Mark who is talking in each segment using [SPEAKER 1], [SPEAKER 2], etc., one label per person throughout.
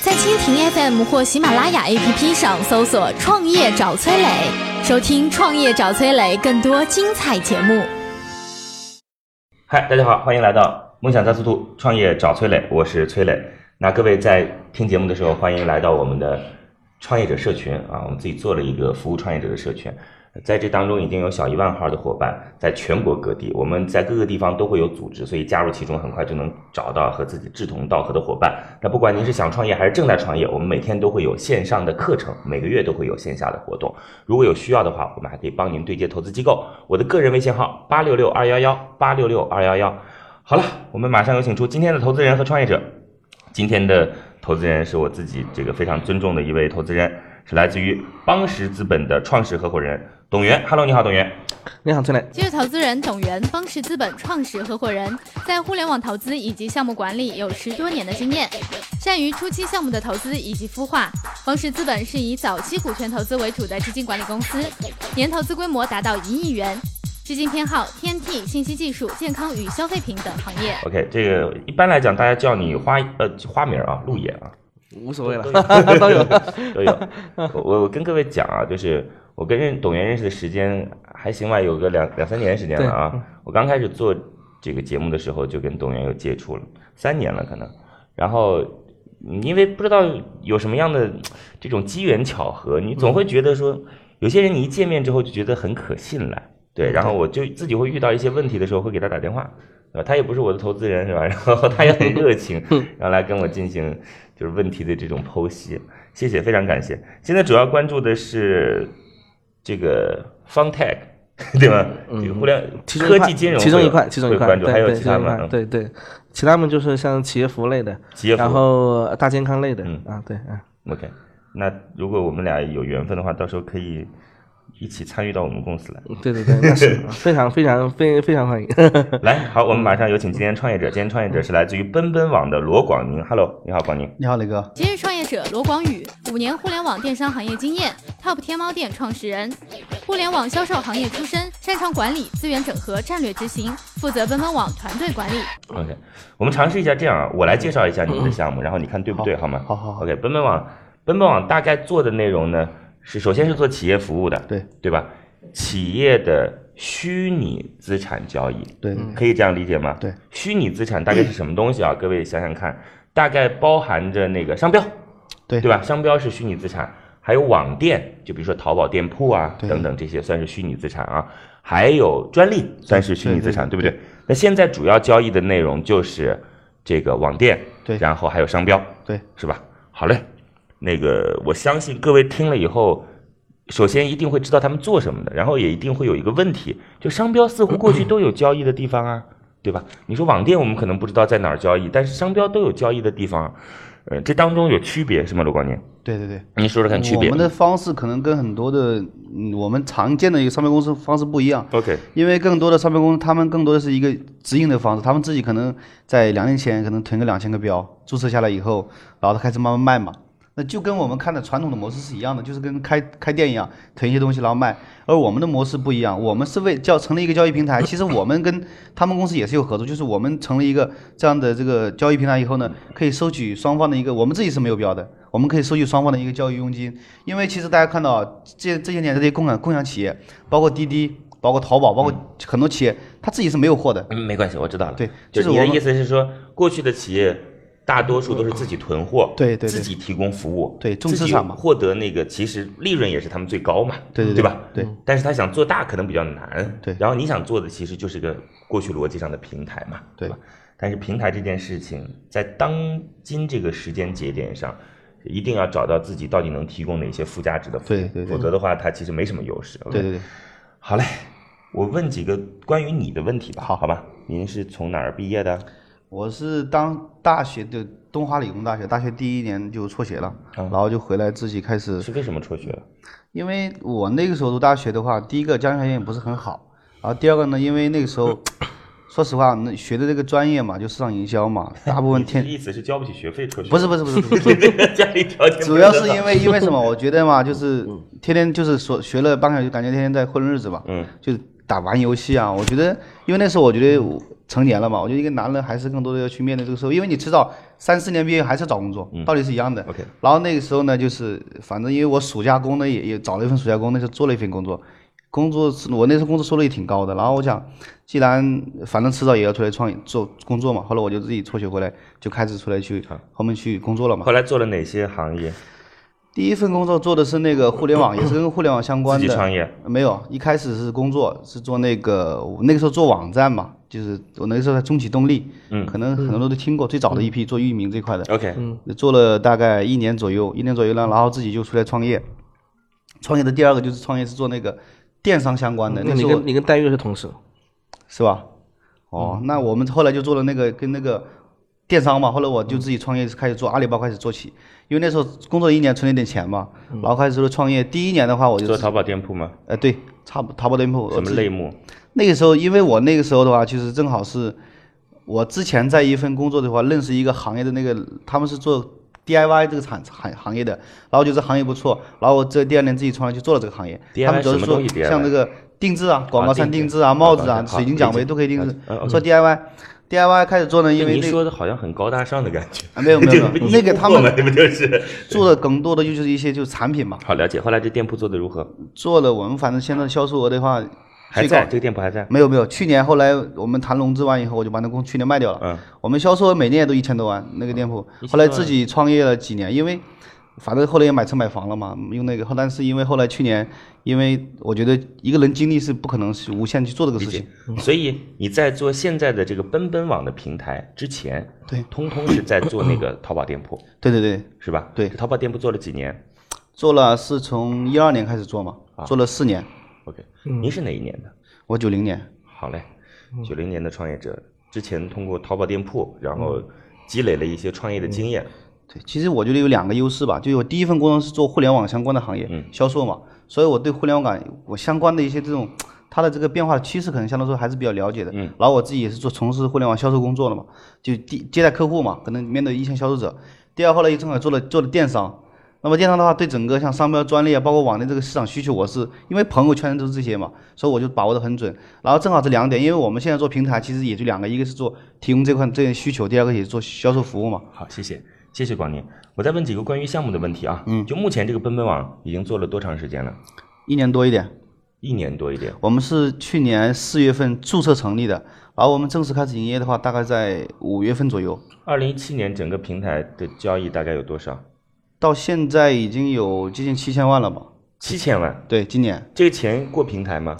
[SPEAKER 1] 在蜻蜓 FM 或喜马拉雅 APP 上搜索“创业找崔磊”，收听“创业找崔磊”更多精彩节目。
[SPEAKER 2] 嗨，大家好，欢迎来到梦想加速度创业找崔磊，我是崔磊。那各位在听节目的时候，欢迎来到我们的创业者社群啊，我们自己做了一个服务创业者的社群，在这当中已经有小一万号的伙伴，在全国各地，我们在各个地方都会有组织，所以加入其中很快就能找到和自己志同道合的伙伴。那不管您是想创业还是正在创业，我们每天都会有线上的课程，每个月都会有线下的活动。如果有需要的话，我们还可以帮您对接投资机构。我的个人微信号八六六二幺幺八六六二幺幺。好了，我们马上有请出今天的投资人和创业者。今天的投资人是我自己这个非常尊重的一位投资人，是来自于邦石资本的创始合伙人董源。Hello，你好，董源。
[SPEAKER 3] 你好，崔磊。
[SPEAKER 1] 今日投资人董源，方石资本创始合伙人，在互联网投资以及项目管理有十多年的经验，善于初期项目的投资以及孵化。方石资本是以早期股权投资为主的基金管理公司，年投资规模达到一亿元，基金偏好天地、信息技术、健康与消费品等行业。
[SPEAKER 2] OK，这个一般来讲，大家叫你花呃花名啊，陆野啊，
[SPEAKER 3] 无所谓了，都有。
[SPEAKER 2] 都有。我我我跟各位讲啊，就是我跟认董源认识的时间还行吧，有个两两三年时间了啊。我刚开始做这个节目的时候，就跟董源有接触了，三年了可能。然后嗯因为不知道有什么样的这种机缘巧合，你总会觉得说，有些人你一见面之后就觉得很可信赖。
[SPEAKER 3] 嗯
[SPEAKER 2] 对，然后我就自己会遇到一些问题的时候，会给他打电话，对吧？他也不是我的投资人，是吧？ 然后他也很热情，
[SPEAKER 3] 嗯
[SPEAKER 2] 然后来跟我进行就是问题的这种剖析。谢谢，非常感谢。现在主要关注的是这个 FunTech，对 吧？这个互联
[SPEAKER 3] 嗯其中一
[SPEAKER 2] 科
[SPEAKER 3] 块
[SPEAKER 2] 技金融
[SPEAKER 3] 其中
[SPEAKER 2] 会
[SPEAKER 3] 一块，其中一
[SPEAKER 2] 会
[SPEAKER 3] 块，
[SPEAKER 2] 关注，还
[SPEAKER 3] 对
[SPEAKER 2] 有
[SPEAKER 3] 对，
[SPEAKER 2] 其
[SPEAKER 3] 其中
[SPEAKER 2] 他
[SPEAKER 3] 一
[SPEAKER 2] 吗？
[SPEAKER 3] 块，
[SPEAKER 2] 嗯
[SPEAKER 3] 对对，其他们就是像企业服务类的，
[SPEAKER 2] 企业服务
[SPEAKER 3] 然后呃大健康类的
[SPEAKER 2] 嗯，
[SPEAKER 3] 啊，对，啊，
[SPEAKER 2] OK，那如果我们俩有缘分的话，到时候可以一起参与到我们公司来。
[SPEAKER 3] 对对对，那是 啊非常非常非非常欢迎。
[SPEAKER 2] 来，好，我们马上有请今天创业者。今天创业者是来自于奔奔网的罗广宁。Hello，你好，广宁。
[SPEAKER 4] 你好，磊哥。
[SPEAKER 1] 今日创业者罗广宇，五年互联网电商行业经验，Top 天猫店创始人，互联网销售行业出身，擅长管理、资源整合、战略执行，负责奔奔网团队管理。
[SPEAKER 2] OK，我们尝试一下这样，啊，我来介绍一下你们的项目，然后你看对不对，好吗？
[SPEAKER 4] 好好好
[SPEAKER 2] OK，奔奔网，奔奔网大概做的内容呢，是首先是做企业服务的，
[SPEAKER 4] 对
[SPEAKER 2] 对吧？企业的虚拟资产交易，
[SPEAKER 4] 对对
[SPEAKER 2] 可以这样理解吗？
[SPEAKER 4] 嗯对，
[SPEAKER 2] 虚拟资产大概是什么东 西啊？各位想想看，大概包含着那个商标，
[SPEAKER 4] 对
[SPEAKER 2] 对吧？商标是虚拟资产，还有网店，就比如说淘宝店铺啊
[SPEAKER 4] 对
[SPEAKER 2] 等等，这些算是虚拟资产啊。还有专利算是虚拟资产，对不对？那现在主要交易的内容就是这个网店，
[SPEAKER 4] 对
[SPEAKER 2] 然后还有商标，
[SPEAKER 4] 对，
[SPEAKER 2] 是吧？好嘞，那个我相信各位听了以后，首先一定会知道他们做什么的，然后也一定会有一个问题，就商标似乎过去都有交易的地方啊，对吧？你说网店我们可能不知道在哪儿交易，但是商标都有交易的地方，呃，这当中有区别是吗？罗光年，
[SPEAKER 4] 对对对，
[SPEAKER 2] 您说说看区
[SPEAKER 4] 我
[SPEAKER 2] 别。
[SPEAKER 4] 们的方式可能跟很多的嗯我们常见的一个商标公司方式不一样，
[SPEAKER 2] OK，
[SPEAKER 4] 因为更多的商标公司他们更多的是一个直营的方式，他们自己可能在两年前可能囤个两千个标，注册下来以后，然后他开始慢慢卖嘛。那就跟我们看的传统的模式是一样的，就是跟开开店一样，囤一些东西然后卖。而我们的模式不一样，我们是为叫成立一个交易平台。其实我们跟他们公司也是有合作，就是我们成立一个这样的这个交易平台以后呢，可以收取双方的一个，我们自己是没有标的，我们可以收取双方的一个交易佣金。因为其实大家看到啊这这些年的这些共享共享企业，包括滴滴，包括淘宝，包括很多企业，它自己是没有货的。
[SPEAKER 2] 嗯，没关系，我知道了。
[SPEAKER 4] 对
[SPEAKER 2] 就
[SPEAKER 4] 就是是
[SPEAKER 2] 你
[SPEAKER 4] 我
[SPEAKER 2] 的
[SPEAKER 4] 们
[SPEAKER 2] 意思是说，过去的企业大多数都是自己囤货，
[SPEAKER 4] 嗯对对对
[SPEAKER 2] 自己提供服务，
[SPEAKER 4] 对重
[SPEAKER 2] 自
[SPEAKER 4] 资
[SPEAKER 2] 己
[SPEAKER 4] 产嘛
[SPEAKER 2] 获得那个其实利润也是他们最高嘛，
[SPEAKER 4] 对
[SPEAKER 2] 对
[SPEAKER 4] 对
[SPEAKER 2] 吧？
[SPEAKER 4] 对，
[SPEAKER 2] 但是他想做大可能比较难，
[SPEAKER 4] 对
[SPEAKER 2] 然后你想做的其实就是个过去逻辑上的平台嘛，
[SPEAKER 4] 对
[SPEAKER 2] 吧？但是平台这件事情，在当今这个时间节点上，一定要找到自己到底能提供哪些附加值的服务，
[SPEAKER 4] 对对对
[SPEAKER 2] 否则的话，它其实没什么优势。
[SPEAKER 4] 对对对。
[SPEAKER 2] 好嘞，我问几个关于你的问题吧，好好吧？您是从哪儿毕业的？
[SPEAKER 4] 我是当大学的东华理工大学大学第一年就辍学了，
[SPEAKER 2] 嗯
[SPEAKER 4] 然后就回来自己开始
[SPEAKER 2] 是为什么辍学？
[SPEAKER 4] 因为我那个时候读大学的话，第一个家庭条件也不是很好，然后第二个呢，因为那个时候， 说实话，那学的这个专业嘛，就市场营销嘛，大部分
[SPEAKER 2] 你
[SPEAKER 4] 天
[SPEAKER 2] 意思是交不起学费辍学？
[SPEAKER 4] 不是不是不是不是，
[SPEAKER 2] 是， 家里条件不嗯
[SPEAKER 4] 主要
[SPEAKER 2] 很
[SPEAKER 4] 是
[SPEAKER 2] 好
[SPEAKER 4] 因为因为什么？我觉得嘛，就是天天就是所学了半个小时，感觉天天在混日子吧，
[SPEAKER 2] 嗯，
[SPEAKER 4] 就是打玩游戏啊。我觉得，因为那时候我觉得我成年了嘛，我觉得一个男人还是更多的要去面对这个社会，因为你迟早三四年毕业还是找工作，道理是一样的。
[SPEAKER 2] 嗯 OK
[SPEAKER 4] 然后那个时候呢，就是反正因为我暑假工呢也也找了一份暑假工，那时候做了一份工作，工作是我那时候工资收入也挺高的。然后我想，既然反正迟早也要出来创业做工作嘛，后来我就自己辍学回来，就开始出来去
[SPEAKER 2] 啊
[SPEAKER 4] 后面去工作了嘛
[SPEAKER 2] 后。来做了哪些行业？
[SPEAKER 4] 第一份工作做的是那个互联网，也是跟互联网相关
[SPEAKER 2] 自己
[SPEAKER 4] 的。
[SPEAKER 2] 创业？
[SPEAKER 4] 没有，一开始是工作，是做那个，我那个时候做网站嘛，就是我那个时候在中企动力，嗯，可能很多人都听过，最早的一批做域名这块的，
[SPEAKER 2] OK，
[SPEAKER 4] 做了大概一年左右，一年左右呢，然后自己就出来创业。创业的第二个就是创业是做那个电商相关的，
[SPEAKER 3] 那
[SPEAKER 4] 嗯那
[SPEAKER 3] 你
[SPEAKER 4] 时候
[SPEAKER 3] 跟你跟戴月是同事，
[SPEAKER 4] 是吧？
[SPEAKER 2] 嗯
[SPEAKER 4] 哦，那我们后来就做了那个跟那个电商嘛，后来我
[SPEAKER 2] 嗯
[SPEAKER 4] 就自己创业，开始做阿里巴巴，开始做起。因为那时候工作一年存了点钱嘛，然后开始做了创业。第一年的话，我就
[SPEAKER 2] 嗯做
[SPEAKER 4] 自
[SPEAKER 2] 淘宝店铺吗？
[SPEAKER 4] 呃对，差不淘宝店铺，我
[SPEAKER 2] 什么
[SPEAKER 4] 自己
[SPEAKER 2] 类目？
[SPEAKER 4] 那个时候，因为我那个时候的话，其实正好是我之前在一份工作的话，认识一个行业的那个，他们是做 DIY 这个产行行业的，然后觉得这行业不错，然后我这第二年自己创业去做了这个行业。
[SPEAKER 2] DIY
[SPEAKER 4] 他们主要是
[SPEAKER 2] 什么
[SPEAKER 4] 说
[SPEAKER 2] 东西 DIY
[SPEAKER 4] 像这个定制啊，广告衫
[SPEAKER 2] 定
[SPEAKER 4] 定
[SPEAKER 2] 制
[SPEAKER 4] 制啊，帽子
[SPEAKER 2] 好
[SPEAKER 4] 啊，
[SPEAKER 2] 好
[SPEAKER 4] 水晶奖杯
[SPEAKER 2] 好
[SPEAKER 4] 都可以定制
[SPEAKER 2] 嗯嗯，
[SPEAKER 4] 做 DIY。DIY 开始做呢，因为
[SPEAKER 2] 您
[SPEAKER 4] 那个
[SPEAKER 2] 说的好像很高大上的感觉。
[SPEAKER 4] 啊没有没有没
[SPEAKER 2] 就
[SPEAKER 4] 有
[SPEAKER 2] 是
[SPEAKER 4] 那个他
[SPEAKER 2] 你
[SPEAKER 4] 们
[SPEAKER 2] 做嘛不就是？
[SPEAKER 4] 做的更多的就是一些就是产品嘛，
[SPEAKER 2] 好了解。后来这店铺做的如何？
[SPEAKER 4] 做了我们反正现在销售额的话，
[SPEAKER 2] 还
[SPEAKER 4] 最
[SPEAKER 2] 在
[SPEAKER 4] 高
[SPEAKER 2] 这个店铺还在？
[SPEAKER 4] 没有没有，去年后来我们谈融资完以后，我就把那公去年卖掉了。
[SPEAKER 2] 嗯，
[SPEAKER 4] 我们销售额每年也都一千多万那个店铺
[SPEAKER 2] 1000多万，
[SPEAKER 4] 后来自己创业了几年，因为反正后来也买车买房了嘛，用那个，后但是因为后来去年，因为我觉得一个人精力是不可能是嗯无限去做这个
[SPEAKER 2] 理
[SPEAKER 4] 事
[SPEAKER 2] 解
[SPEAKER 4] 情，。
[SPEAKER 2] 所以你在做现在的这个奔奔网的平台之前，
[SPEAKER 4] 对
[SPEAKER 2] 通通是在做那个淘宝店铺，
[SPEAKER 4] 对对对，
[SPEAKER 2] 是吧？
[SPEAKER 4] 对
[SPEAKER 2] 这淘宝店铺做了几年
[SPEAKER 4] 做了是从一二年开始做嘛，
[SPEAKER 2] 啊
[SPEAKER 4] 做了四年，
[SPEAKER 2] ？OK，您
[SPEAKER 4] 嗯
[SPEAKER 2] 是哪一年的？
[SPEAKER 4] 我九零年，
[SPEAKER 2] 好嘞，
[SPEAKER 4] 嗯
[SPEAKER 2] 九零年的创业者，之前通过淘宝店铺，然后
[SPEAKER 4] 嗯
[SPEAKER 2] 积累了一些创业的经验。
[SPEAKER 4] 对，其实我觉得有两个优势吧，就我第一份工作是做互联网相关的行业，销售嘛，所以我对互联网感我相关的一些这种它的这个变化趋势，可能相对来说还是比较了解的。然后我自己也是做从事互联网销售工作的嘛，就第接待客户嘛，可能面对一线销售者。第二，后来又正好做了做了电商。那么电商的话，对整个像商标专利啊，包括网内这个市场需求，我是因为朋友圈都是这些嘛，所以我就把握得很准。然后正好这两点，因为我们现在做平台，其实也就两个，一个是做提供这块这些需求，第二个也是做销售服务嘛。
[SPEAKER 2] 好，谢谢，谢谢广宁。我再问几个关于项目的问题啊。嗯，就目前这个奔奔网已经做了多长时间了？
[SPEAKER 4] 一年多一点。
[SPEAKER 2] 一年多一点。
[SPEAKER 4] 我们是去年四月份注册成立的，然后我们正式开始营业的话，大概在五月份左右。
[SPEAKER 2] 二零一七年整个平台的交易大概有多少？
[SPEAKER 4] 到现在已经有接近七千万了吧？
[SPEAKER 2] 七千万。
[SPEAKER 4] 对，今年，
[SPEAKER 2] 这个钱过平台吗？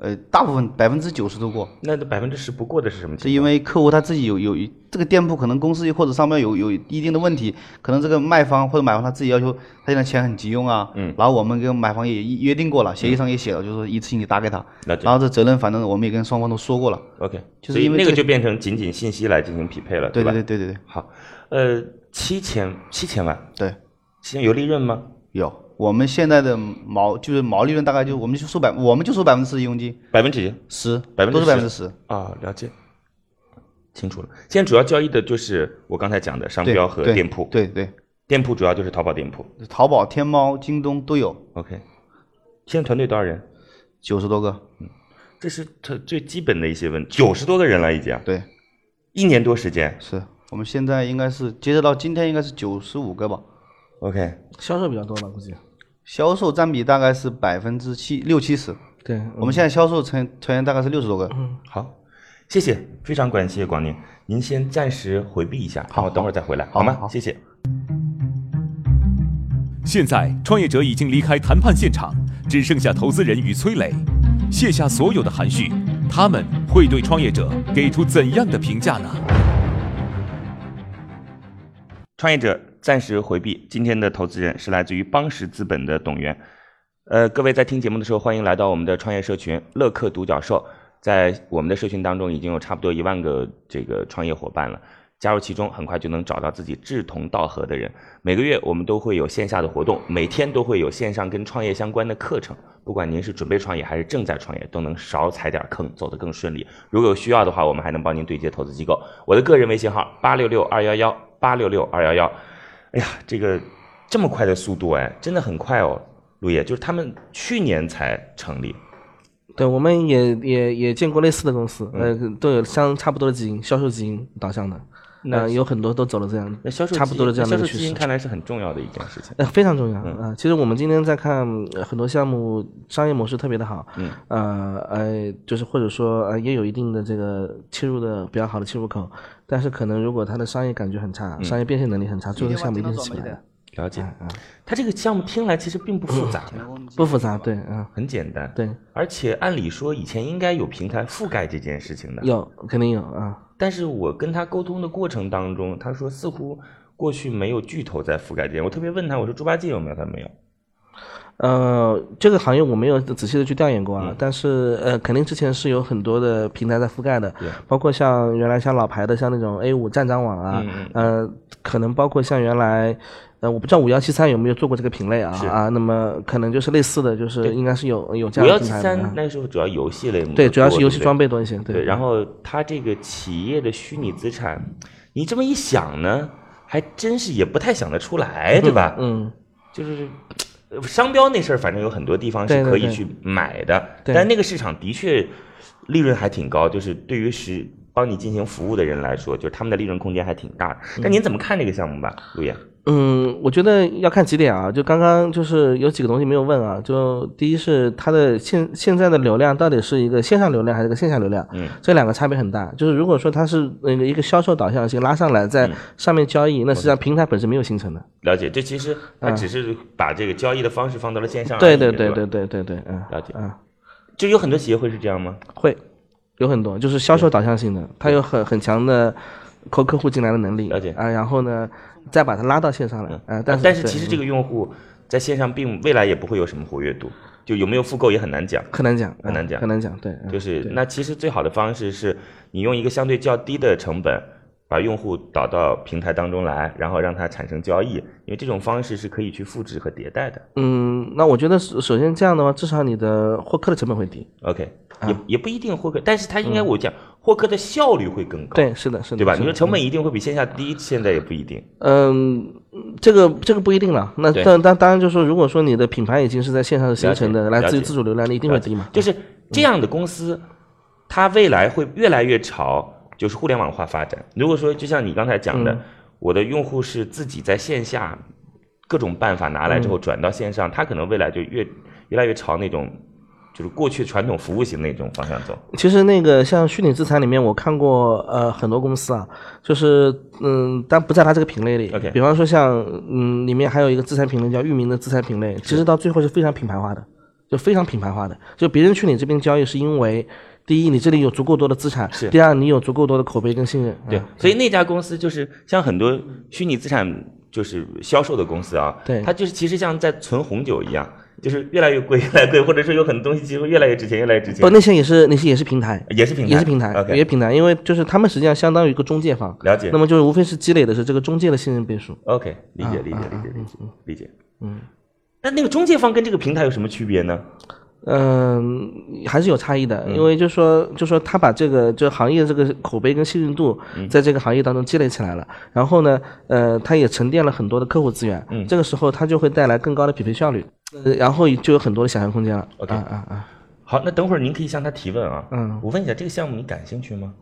[SPEAKER 4] 呃，大部分百分之九十都过，
[SPEAKER 2] 那百分之十不过的是什么情况？
[SPEAKER 4] 是因为客户他自己有有这个店铺可能公司或者商标有有一定的问题，可能这个卖方或者买方他自己要求他现在钱很急用啊，嗯，然后我们跟买方也约定过了，协议上也写了，就是说一次性给打给他，
[SPEAKER 2] 了解
[SPEAKER 4] 然后这责任反正我们也跟双方都说过了，
[SPEAKER 2] OK，
[SPEAKER 4] 啊就是
[SPEAKER 2] 所以
[SPEAKER 4] 因为
[SPEAKER 2] 那个
[SPEAKER 4] 这
[SPEAKER 2] 就变成仅仅信息来进行匹配了，
[SPEAKER 4] 对
[SPEAKER 2] 吧？
[SPEAKER 4] 对对对对对，
[SPEAKER 2] 好，呃，七千七千万，
[SPEAKER 4] 对。
[SPEAKER 2] 七千有利润吗？
[SPEAKER 4] 有，我们现在的毛就是毛利润大概就我们就收百，我们就收百分之十佣金，
[SPEAKER 2] 百分之几？
[SPEAKER 4] 十
[SPEAKER 2] 10%
[SPEAKER 4] 都是百分之十。
[SPEAKER 2] 啊，了解，清楚了。现在主要交易的就是我刚才讲的商
[SPEAKER 4] 对
[SPEAKER 2] 标和
[SPEAKER 4] 对
[SPEAKER 2] 店铺，
[SPEAKER 4] 对对，
[SPEAKER 2] 店铺主要就是淘宝店铺。
[SPEAKER 4] 淘宝、天猫、京东都有
[SPEAKER 2] OK，现在团队多少人？
[SPEAKER 4] 九十多个。
[SPEAKER 2] 这是它最基本的一些问，九十多个人了已经，
[SPEAKER 4] 对，
[SPEAKER 2] 一年多时间。
[SPEAKER 4] 是我们现在应该是截止到今天应该是九十五个吧，
[SPEAKER 2] OK，
[SPEAKER 3] 销售比较多吧，估计。
[SPEAKER 4] 销售占比大概是百分之七六七十。
[SPEAKER 3] 对，嗯
[SPEAKER 4] 我们现在销售成成员大概是六十多个。
[SPEAKER 2] 好，谢谢，非常感谢广宁，您先暂时回避一下，然后等会儿再回来，好
[SPEAKER 4] 好
[SPEAKER 2] 吗？
[SPEAKER 4] 好
[SPEAKER 2] 谢谢。
[SPEAKER 5] 现在，创业者已经离开谈判现场，只剩下投资人与崔磊，卸下所有的含蓄，他们会对创业者给出怎样的评价呢？
[SPEAKER 2] 创业者暂时回避。今天的投资人是来自于邦石资本的董源。呃，各位在听节目的时候，欢迎来到我们的创业社群乐客独角兽。在我们的社群当中已经有差不多一万个这个创业伙伴了。加入其中，很快就能找到自己志同道合的人。每个月我们都会有线下的活动，每天都会有线上跟创业相关的课程。不管您是准备创业还是正在创业，都能少踩点坑，走得更顺利。如果有需要的话，我们还能帮您对接投资机构。我的个人微信号八六六二幺幺八六六二幺幺。哎呀，这个这么快的速度，哎，真的很快哦，陆爷，就是他们去年才成立，
[SPEAKER 3] 对，我们也也也见过类似的公
[SPEAKER 2] 嗯
[SPEAKER 3] 司，呃，都有相差不多的基因，销售基因导向的，
[SPEAKER 2] 那
[SPEAKER 3] 呃，有很多都走了这样，
[SPEAKER 2] 那销售
[SPEAKER 3] 差不多的这样的
[SPEAKER 2] 销
[SPEAKER 3] 一个
[SPEAKER 2] 售
[SPEAKER 3] 趋
[SPEAKER 2] 基
[SPEAKER 3] 势
[SPEAKER 2] 金。看来是很重要的一件事情。
[SPEAKER 3] 呃，非常重要啊、
[SPEAKER 2] 嗯
[SPEAKER 3] 呃其实我们今天在看、呃很多项目，商业模式特别的好，
[SPEAKER 2] 嗯，
[SPEAKER 3] 呃呃，就是或者说呃也有一定的这个切入的比较好的切入口，但是可能如果它的商业感觉很差，
[SPEAKER 2] 嗯
[SPEAKER 3] 商业变现能力很差，最后项目一定是起不来的，
[SPEAKER 2] 了解，
[SPEAKER 3] 嗯
[SPEAKER 2] 他这个项目听来其实并不复杂，
[SPEAKER 3] 不复杂，对，啊、
[SPEAKER 2] 很简单。
[SPEAKER 3] 对，
[SPEAKER 2] 而且按理说以前应该有平台覆盖这件事情的，
[SPEAKER 3] 有肯定有啊、
[SPEAKER 2] 但是我跟他沟通的过程当中，他说似乎过去没有巨头在覆盖这件。我特别问他，我说猪八戒有没有？他没有。
[SPEAKER 3] 呃，这个行业我没有仔细的去调研过啊，
[SPEAKER 2] 嗯
[SPEAKER 3] 但是呃，肯定之前是有很多的平台在覆盖的，包括像原来像老牌的像那种 A 五站长网啊，
[SPEAKER 2] 嗯
[SPEAKER 3] 呃，可能包括像原来。呃，我不知道五幺七三有没有做过这个品类啊
[SPEAKER 2] 是
[SPEAKER 3] 啊，那么可能就是类似的，就是应该是有有这
[SPEAKER 2] 五
[SPEAKER 3] 样
[SPEAKER 2] 幺
[SPEAKER 3] 的
[SPEAKER 2] 七
[SPEAKER 3] 平台的
[SPEAKER 2] 三
[SPEAKER 3] 啊。
[SPEAKER 2] 那时候主要游戏类目，
[SPEAKER 3] 对，主要是游戏
[SPEAKER 2] 对
[SPEAKER 3] 装备多一些。
[SPEAKER 2] 对
[SPEAKER 3] 对，
[SPEAKER 2] 然后他这个企业的虚拟资产，你这么一想呢，还真是也不太想得出来， 对吧？
[SPEAKER 3] 嗯，
[SPEAKER 2] 就是呃商标那事儿，反正有很多地方是
[SPEAKER 3] 对对
[SPEAKER 2] 可以
[SPEAKER 3] 对
[SPEAKER 2] 去买的，
[SPEAKER 3] 对
[SPEAKER 2] 但那个市场的确利润还挺高，就是对于实帮你进行服务的人来说，就是他们的利润空间还挺大的。但您怎么看这个项目吧，陆岩？
[SPEAKER 3] 嗯，我觉得要看几点啊，就刚刚就是有几个东西没有问啊，就第一是它的现现在的流量到底是一个线上流量还是一个线下流量，
[SPEAKER 2] 嗯，
[SPEAKER 3] 这两个差别很大。就是如果说它是那个一个销售导向性拉上来在
[SPEAKER 2] 嗯
[SPEAKER 3] 上面交易，那实际上平台本身没有形成的。
[SPEAKER 2] 了解，这其实他只是把这个交易的方式放到了线上而已，
[SPEAKER 3] 嗯对对对
[SPEAKER 2] 吧
[SPEAKER 3] 对，对对对，嗯，
[SPEAKER 2] 了解
[SPEAKER 3] 嗯，
[SPEAKER 2] 就有很多企业会是这样吗？
[SPEAKER 3] 会有很多就是销售导向性的，它有很很强的抠客户进来的能力，
[SPEAKER 2] 了解
[SPEAKER 3] 啊，然后呢再把它拉到线上来，啊，但是
[SPEAKER 2] 但是
[SPEAKER 3] 对
[SPEAKER 2] 其
[SPEAKER 3] 嗯
[SPEAKER 2] 实这个用户在线上并未来也不会有什么活跃度，就有没有复购也很难讲。
[SPEAKER 3] 很难讲，
[SPEAKER 2] 很难
[SPEAKER 3] 嗯
[SPEAKER 2] 讲
[SPEAKER 3] 很难讲，对，嗯
[SPEAKER 2] 就是那其实最好的方式是你用一个相对较低的成本，把用户导到平台当中来，然后让它产生交易，因为这种方式是可以去复制和迭代的。
[SPEAKER 3] 嗯，那我觉得首首先这样的话，至少你的获客的成本会低。
[SPEAKER 2] OK，也
[SPEAKER 3] 嗯
[SPEAKER 2] 也不一定获客，但是它应该我讲获客的效率会更高，
[SPEAKER 3] 对，是的，是的，
[SPEAKER 2] 对吧？
[SPEAKER 3] 是
[SPEAKER 2] 你
[SPEAKER 3] 的
[SPEAKER 2] 说成本一定会比线下低，现在也不一定。
[SPEAKER 3] 嗯，这个这个不一定了。那
[SPEAKER 2] 对
[SPEAKER 3] 但但当然就是说，如果说你的品牌已经是在线上形成的，
[SPEAKER 2] 了解
[SPEAKER 3] 来自于
[SPEAKER 2] 了解
[SPEAKER 3] 自主流量，你一定会低嘛？
[SPEAKER 2] 就是这样的公司，它未来会越来越朝就是互联网化发展。如果说就像你刚才讲
[SPEAKER 3] 嗯
[SPEAKER 2] 的，我的用户是自己在线下各种办法拿来
[SPEAKER 3] 嗯
[SPEAKER 2] 之后转到线上，他可能未来就越越来越朝那种就是过去传统服务型那种方向走。
[SPEAKER 3] 其实那个像虚拟资产里面，我看过呃很多公司啊，就是嗯，但不在它这个品类里。
[SPEAKER 2] OK
[SPEAKER 3] 比方说像嗯，里面还有一个资产品类叫域名的资产品类，其实到最后是非常品牌化的，就非常品牌化的，就别人去你这边交易是因为。第一，你这里有足够多的资产；第二，你有足够多的口碑跟信任。
[SPEAKER 2] 对
[SPEAKER 3] 嗯，
[SPEAKER 2] 所以那家公司就是像很多虚拟资产就是销售的公司啊，
[SPEAKER 3] 对
[SPEAKER 2] 它就是其实像在存红酒一样，就是越来越贵，越来越贵，或者说有很多东西其实会越来越值钱，越来越值钱
[SPEAKER 3] 不，。那些也是那些也是平台，
[SPEAKER 2] 也是平台，
[SPEAKER 3] 也是平台，
[SPEAKER 2] OK，
[SPEAKER 3] 也是平台，因为就是他们实际上相当于一个中介方，
[SPEAKER 2] 了解。
[SPEAKER 3] 那么就是无非是积累的是这个中介的信任倍数。
[SPEAKER 2] OK，理解
[SPEAKER 3] 啊
[SPEAKER 2] 理
[SPEAKER 3] 啊
[SPEAKER 2] 解理解
[SPEAKER 3] 啊
[SPEAKER 2] 理
[SPEAKER 3] 嗯
[SPEAKER 2] 解理解。那那个中介方跟这个平台有什么区别呢？
[SPEAKER 3] 嗯，还是有差异的，因为就说就说他把这个这行业这个口碑跟信任度，在这个行业当中积累起来了，然后呢，呃，他也沉淀了很多的客户资源，这个时候他就会带来更高的匹配效率，呃然后就有很多的想象空间了。
[SPEAKER 2] OK
[SPEAKER 3] 啊啊啊！
[SPEAKER 2] 好，那等会儿您可以向他提问啊。
[SPEAKER 3] 嗯，
[SPEAKER 2] 我问一下，这个项目你感兴趣吗？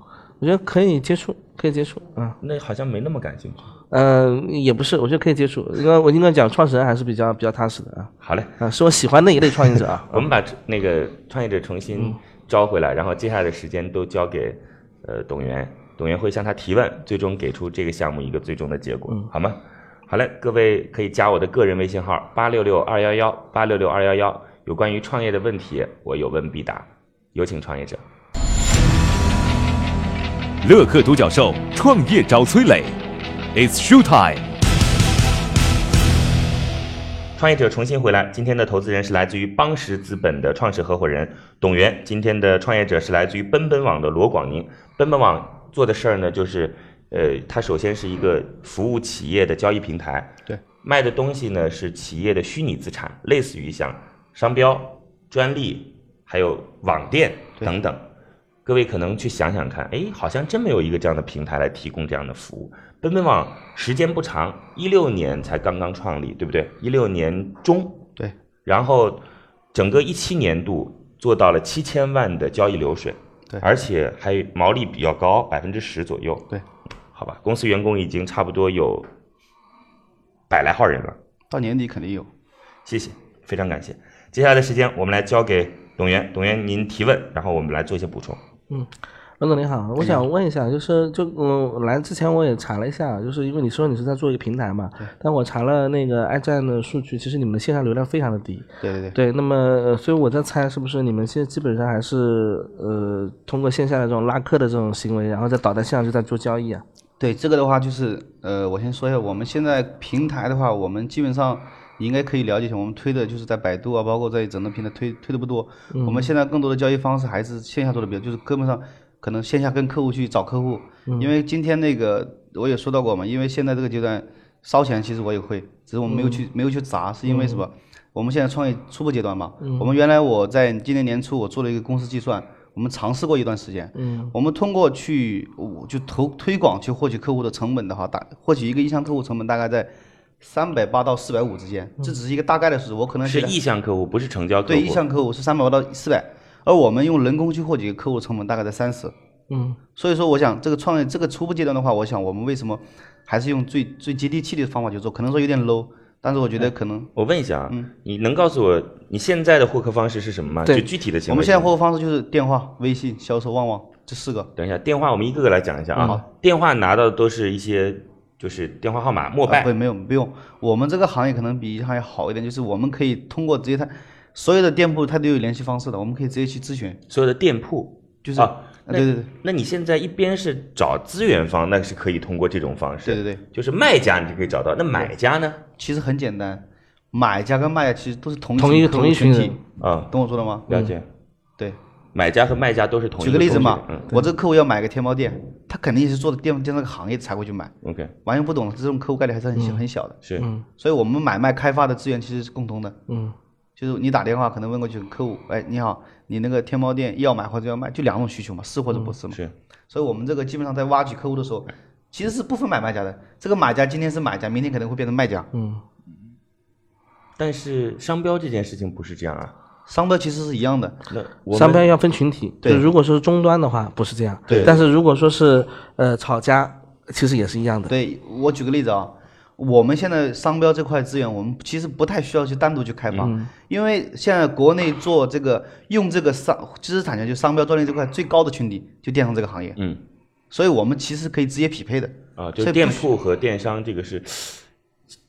[SPEAKER 3] 我觉得可以接触，可以接触啊，
[SPEAKER 2] 那好像没那么感兴趣。
[SPEAKER 3] 嗯、呃，也不是，我觉得可以接触，因为我应该讲创始人还是比较比较踏实的啊。
[SPEAKER 2] 好嘞，。
[SPEAKER 3] 啊，是我喜欢那一类创业者啊
[SPEAKER 2] 我们把那个创业者重
[SPEAKER 3] 嗯
[SPEAKER 2] 新招回来，然后接下来的时间都交给呃董源，董源会向他提问，最终给出这个项目一个最终的结
[SPEAKER 3] 嗯
[SPEAKER 2] 果，好吗？好嘞，各位可以加我的个人微信号八六六二幺幺八六六二幺幺，有关于创业的问题，我有问必答，有请创业者。
[SPEAKER 5] 乐客独角兽创业找崔磊，It's show time。
[SPEAKER 2] 创业者重新回来，今天的投资人是来自于邦石资本的创始合伙人董源，今天的创业者是来自于奔奔网的罗广宁。奔奔网做的事儿呢，就是呃，它首先是一个服务企业的交易平台，
[SPEAKER 4] 对，
[SPEAKER 2] 卖的东西呢是企业的虚拟资产，类似于像商标、专利，还有网店
[SPEAKER 4] 对
[SPEAKER 2] 等等。各位可能去想想看，哎，好像真没有一个这样的平台来提供这样的服务。奔奔网时间不长，一六年才刚刚创立，对不对？一六年中，
[SPEAKER 4] 对，
[SPEAKER 2] 然后整个一七年度做到了七千万的交易流水，
[SPEAKER 4] 对
[SPEAKER 2] 而且还毛利比较高，百分之十左右，
[SPEAKER 4] 对，
[SPEAKER 2] 好吧，公司员工已经差不多有百来号人了，
[SPEAKER 4] 到年底肯定有。
[SPEAKER 2] 谢谢，非常感谢。接下来的时间我们来交给董源，董源您提问，然后我们来做一些补充。
[SPEAKER 3] 罗总你好，我想问一下，就是就嗯来之前我也查了一下，就是因为你说你是在做一个平台嘛，但我查了那个爱站的数据，其实你们的线上流量非常的低。
[SPEAKER 4] 对对对，
[SPEAKER 3] 对，那么呃所以我在猜，是不是你们现在基本上还是呃通过线下的这种拉客的这种行为，然后再导到线上就在做交易啊？
[SPEAKER 4] 对这个的话就是，呃，我先说一下，我们现在平台的话，我们基本上你应该可以了解一下，我们推的就是在百度啊，包括在整个平台推推的不多。我们现在更多的交易方式还是线下做的比较，就是根本上可能线下跟客户去找客户，因为今天那个我也说到过嘛，因为现在这个阶段烧钱其实我也会，只是我们没有去、没有去砸，是因为什么？我们现在创业初步阶段嘛，我们原来我在今年年初我做了一个公司计算，我们尝试过一段时间，我们通过去我就投推广去获取客户的成本的话，大获取一个意向客户成本大概在三百八到四百五之间，这只是一个大概的数字，我可能
[SPEAKER 2] 是
[SPEAKER 4] 给他
[SPEAKER 2] 意向客户，不是成交客户。
[SPEAKER 4] 对意向客户是三百到四百，而我们用人工去获取客户成本大概在三十，
[SPEAKER 3] 嗯
[SPEAKER 4] 所以说我想这个创业这个初步阶段的话，我想我们为什么还是用最最接地气的方法去做，可能说有点 low，但是我觉得可能
[SPEAKER 2] 我问一下啊，
[SPEAKER 4] 嗯
[SPEAKER 2] 你能告诉我你现在的获客方式是什么吗？
[SPEAKER 3] 对
[SPEAKER 2] 就具体的行为。
[SPEAKER 4] 我们现在获客方式就是电话、微信、销售、旺旺这四个，
[SPEAKER 2] 等一下电话，我们一个个来讲一下
[SPEAKER 4] 嗯
[SPEAKER 2] 啊。电话拿到的都是一些就是电话号码默
[SPEAKER 4] 啊
[SPEAKER 2] 拜
[SPEAKER 4] 不，没有不用，我们这个行业可能比银行业好一点，就是我们可以通过直接他所有的店铺它都有联系方式的，我们可以直接去咨询，
[SPEAKER 2] 所有的店铺
[SPEAKER 4] 就是
[SPEAKER 2] 啊。
[SPEAKER 4] 啊对对对
[SPEAKER 2] 那你现在一边是找资源方，那是可以通过这种方式。
[SPEAKER 4] 对对对，
[SPEAKER 2] 就是卖家你就可以找到，那买家呢？
[SPEAKER 4] 其实很简单，买家跟卖家其实都是同
[SPEAKER 3] 同
[SPEAKER 4] 一
[SPEAKER 3] 一
[SPEAKER 4] 客户
[SPEAKER 3] 同一
[SPEAKER 4] 群
[SPEAKER 3] 群
[SPEAKER 4] 体
[SPEAKER 3] 人，
[SPEAKER 2] 啊，
[SPEAKER 4] 懂我说的吗？
[SPEAKER 2] 了解。
[SPEAKER 4] 嗯对，
[SPEAKER 2] 买家和卖家都是同一
[SPEAKER 4] 举个例子
[SPEAKER 2] 工具
[SPEAKER 4] 嘛，
[SPEAKER 2] 嗯
[SPEAKER 4] 我这个客户要买个天猫店，他肯定也是做的电电这个行业才会去买，
[SPEAKER 2] ，OK，
[SPEAKER 4] 完全不懂这种客户概率还是很小、很小的，
[SPEAKER 2] 是
[SPEAKER 4] 所以我们买卖开发的资源其实是共通的，
[SPEAKER 3] 嗯
[SPEAKER 4] 就是你打电话可能问过去客户，哎，你好，你那个天猫店要买或者要卖，就两种需求嘛，是或者不是嘛。
[SPEAKER 2] 是，
[SPEAKER 4] 所以我们这个基本上在挖掘客户的时候，其实是不分买卖家的。这个买家今天是买家，明天可能会变成卖家。
[SPEAKER 3] 嗯
[SPEAKER 2] 但是商标这件事情不是这样啊。
[SPEAKER 4] 商标其实是一样的，
[SPEAKER 2] 那我们
[SPEAKER 3] 商标要分群体，
[SPEAKER 4] 对
[SPEAKER 3] 就如果说是终端的话，不是这样。
[SPEAKER 2] 对
[SPEAKER 3] 但是如果说是呃炒家，其实也是一样的。
[SPEAKER 4] 对我举个例子啊，我们现在商标这块资源，我们其实不太需要去单独去开发，因为现在国内做这个用这个商知识产权就商标专利这块最高的群体就电商这个行业，
[SPEAKER 2] 嗯，
[SPEAKER 4] 所以我们其实可以直接匹配的。
[SPEAKER 2] 啊，就
[SPEAKER 4] 所以不
[SPEAKER 2] 店
[SPEAKER 4] 需
[SPEAKER 2] 铺和电商这个是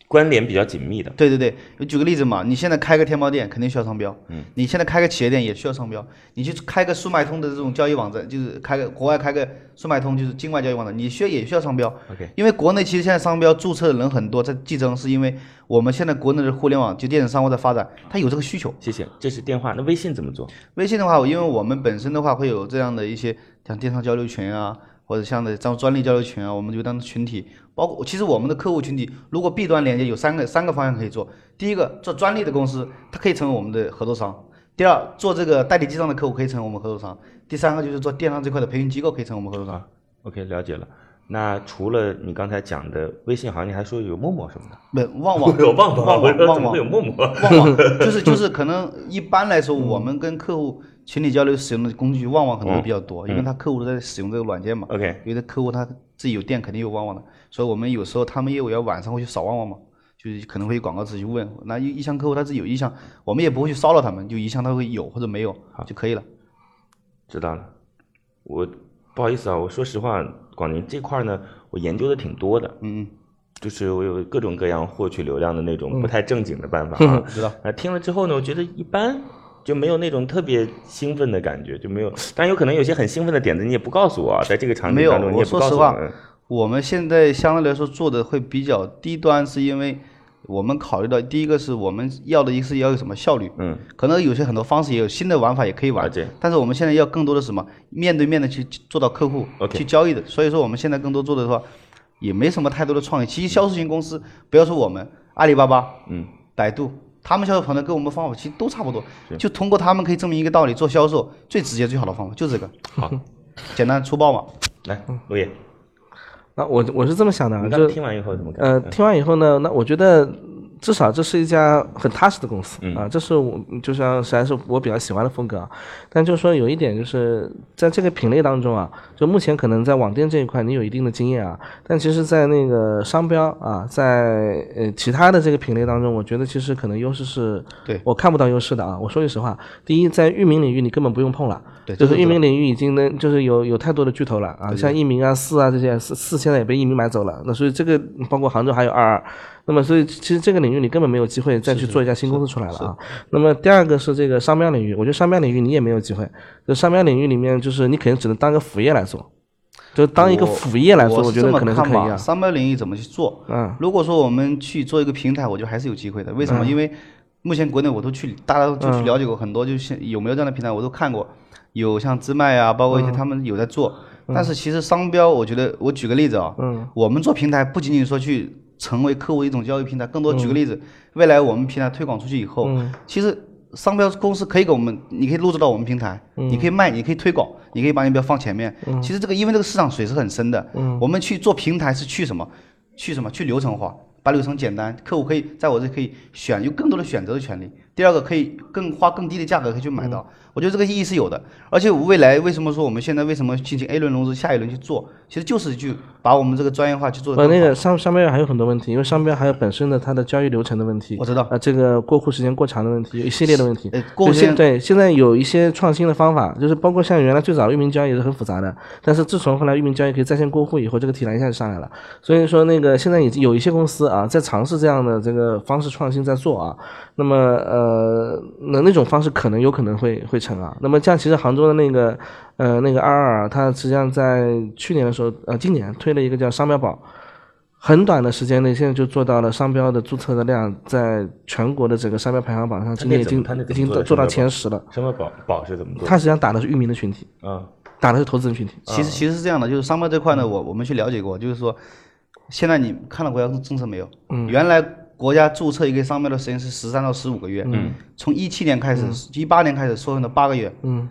[SPEAKER 2] 关联比较紧密的。
[SPEAKER 4] 对对对，我举个例子嘛，你现在开个天猫店肯定需要商标，嗯，你现在开个企业店也需要商标，你去开个速卖通的这种交易网站，就是开个国外开个速卖通就是境外交易网站，你需要也需要商标。
[SPEAKER 2] OK
[SPEAKER 4] 因为国内其实现在商标注册的人很多，在竞争是因为我们现在国内的互联网就电子商务在发展，
[SPEAKER 2] 啊
[SPEAKER 4] 它有这个需求。
[SPEAKER 2] 谢谢，这是电话。那微信怎么做？
[SPEAKER 4] 微信的话，因为我们本身的话会有这样的一些像电商交流群啊，或者像的这样专利交流群啊，我们就当群体。包括其实我们的客户群体，如果 B 端连接有三个三个方向可以做。第一个做专利的公司，它可以成为我们的合作商；第二，做这个代理记账的客户可以成为我们合作商；第三个就是做电商这块的培训机构可以成为我们合作
[SPEAKER 2] 啊
[SPEAKER 4] 商。
[SPEAKER 2] OK，了解了。那除了你刚才讲的微信，好像你还说有陌陌什么的。
[SPEAKER 4] 不，旺 旺
[SPEAKER 2] 有旺
[SPEAKER 4] 旺旺
[SPEAKER 2] 我说怎
[SPEAKER 4] 旺
[SPEAKER 2] 么
[SPEAKER 4] 旺
[SPEAKER 2] 会有陌陌？
[SPEAKER 4] 旺旺，就是就是可能一般来说，我们跟客户群体交流使用的工具，旺旺可能会比较多，因为他客户都在使用这个软件嘛。
[SPEAKER 2] OK
[SPEAKER 4] 有的客户他自己有店，肯定有旺旺的，所以我们有时候他们业务员晚上会去扫旺旺嘛，就是可能会有广告词去问，那一一向客户他自己有意向，我们也不会去骚扰他们，就一向他会有或者没有就可以了。
[SPEAKER 2] 知道了。我不好意思啊，我说实话，广宁这块儿呢，我研究的挺多的。
[SPEAKER 4] 嗯，
[SPEAKER 2] 就是我有各种各样获取流量的那种不太正经的办法啊。
[SPEAKER 4] 知道。
[SPEAKER 2] 呃，听了之后呢，我觉得一般，就没有那种特别兴奋的感觉，就没有。但有可能有些很兴奋的点子，你也不告诉我啊，在这个场景
[SPEAKER 4] 没有
[SPEAKER 2] 当中，你也
[SPEAKER 4] 我
[SPEAKER 2] 不
[SPEAKER 4] 说
[SPEAKER 2] 告
[SPEAKER 4] 实
[SPEAKER 2] 诉
[SPEAKER 4] 话
[SPEAKER 2] 嗯
[SPEAKER 4] 我们现在相对来说做的会比较低端，是因为我们考虑到第一个是我们要的一个是要有什么效率，
[SPEAKER 2] 嗯，
[SPEAKER 4] 可能有些很多方式也有新的玩法也可以
[SPEAKER 2] 了
[SPEAKER 4] 玩
[SPEAKER 2] 解，
[SPEAKER 4] 但是我们现在要更多的是什么面对面的去做到客户
[SPEAKER 2] OK
[SPEAKER 4] 去交易的，所以说我们现在更多做的话也没什么太多的创意。其实销售型公司不要说我们阿里巴巴，
[SPEAKER 2] 嗯，
[SPEAKER 4] 百度。他们销售团队跟我们方法其实都差不多，就通过他们可以证明一个道理：做销售最直接、最好的方法就这个，
[SPEAKER 2] 好，
[SPEAKER 4] 简单粗暴嘛。
[SPEAKER 2] 来，
[SPEAKER 4] 嗯
[SPEAKER 2] 陆烨，
[SPEAKER 3] 那我我是这么想的，啊，
[SPEAKER 2] 你
[SPEAKER 3] 就
[SPEAKER 2] 刚听完以后怎么嗯
[SPEAKER 3] 呃，
[SPEAKER 2] 看？
[SPEAKER 3] 听完以后呢，那我觉得至少这是一家很踏实的公司、啊，这是我就像实在是我比较喜欢的风格啊。但就是说有一点就是在这个品类当中啊，就目前可能在网店这一块你有一定的经验啊，但其实，在那个商标啊，在呃其他的这个品类当中，我觉得其实可能优势是
[SPEAKER 4] 对
[SPEAKER 3] 我看不到优势的啊。我说句实话，第一，在域名领域你根本不用碰了，
[SPEAKER 4] 对
[SPEAKER 3] 就是
[SPEAKER 4] 这个
[SPEAKER 3] 域名领域已经能就是有有太多的巨头了啊，像域名啊、四啊这些，四四现在也被域名买走了。那所以这个包括杭州还有二二，那么所以其实这个领域你根本没有机会再去做一家新公司出来了啊。那么第二个是这个商标领域，我觉得商标领域你也没有机会，就商标领域里面就是你可能只能当个辅业来做，就当一个
[SPEAKER 4] 我
[SPEAKER 3] 辅业来做，我
[SPEAKER 4] 我
[SPEAKER 3] 觉得可能是
[SPEAKER 4] 是这
[SPEAKER 3] 可
[SPEAKER 4] 么看
[SPEAKER 3] 以
[SPEAKER 4] 吧
[SPEAKER 3] 啊。
[SPEAKER 4] 商标领域怎么去做？
[SPEAKER 3] 嗯，
[SPEAKER 4] 如果说我们去做一个平台，我觉得还是有机会的。为什么？因为目前国内我都去，大家都
[SPEAKER 3] 嗯
[SPEAKER 4] 就去了解过很多，就是有没有这样的平台，我都看过，有像知麦啊，包括一些他们有在做。但是其实商标，我觉得我举个例子啊，
[SPEAKER 3] 嗯
[SPEAKER 4] 我们做平台不仅仅说去成为客户一种交易平台，更多举个例子，未来我们平台推广出去以后，
[SPEAKER 3] 嗯
[SPEAKER 4] 其实商标公司可以给我们，你可以录制到我们平台，
[SPEAKER 3] 嗯
[SPEAKER 4] 你可以卖，你可以推广，你可以把你标放前面。其实这个因为这个市场水是很深的，
[SPEAKER 3] 嗯
[SPEAKER 4] 我们去做平台是去什么？去什么？去流程化，把流程简单，客户可以在我这可以选，有更多的选择的权利。第二个可以更花更低的价格可以去买到，
[SPEAKER 3] 嗯
[SPEAKER 4] 我觉得这个意义是有的。而且未来为什么说我们现在为什么进行 A 轮融资，下一轮去做，其实就是去把我们这个专业化去做得
[SPEAKER 3] 呃，
[SPEAKER 4] 更好。
[SPEAKER 3] 那个商商标还有很多问题，因为商标还有本身的它的交易流程的问题，
[SPEAKER 4] 我知道
[SPEAKER 3] 啊、这个过户时间过长的问题，有一系列的问题。
[SPEAKER 4] 呃过
[SPEAKER 3] 就
[SPEAKER 4] 户时
[SPEAKER 3] 现
[SPEAKER 4] 间
[SPEAKER 3] 对现在有一些创新的方法，就是包括像原来最早的域名交易也是很复杂的，但是自从后来域名交易可以在线过户以后，这个体量一下就上来了。所以说那个现在已经有一些公司啊在尝试这样的这个方式创新在做啊，那么呃那那种方式可能有可能会会成啊。那么这样其实杭州的那个呃那个二二啊，它实际上在去年的时候呃今年推了一个叫商标宝。很短的时间内，现在就做到了商标的注册的量，在全国的整个商标排行榜上，今年已经
[SPEAKER 2] 他那怎么他
[SPEAKER 3] 已
[SPEAKER 2] 那怎么
[SPEAKER 3] 经
[SPEAKER 2] 做的
[SPEAKER 3] 做到
[SPEAKER 2] 商标
[SPEAKER 3] 前十了。
[SPEAKER 2] 什么宝宝是怎么做的？
[SPEAKER 3] 它实际上打的是域名的群体，
[SPEAKER 2] 嗯，
[SPEAKER 3] 打的是投资人群体。
[SPEAKER 4] 其实其实是这样的，就是商标这块呢，
[SPEAKER 3] 嗯
[SPEAKER 4] 我我们去了解过，就是说，现在你看到国家政策没有？
[SPEAKER 3] 嗯
[SPEAKER 4] 原来国家注册一个商标的时间是十三到十五个月，嗯，从一七年开始，一八年开始缩成了八个月，
[SPEAKER 3] 嗯，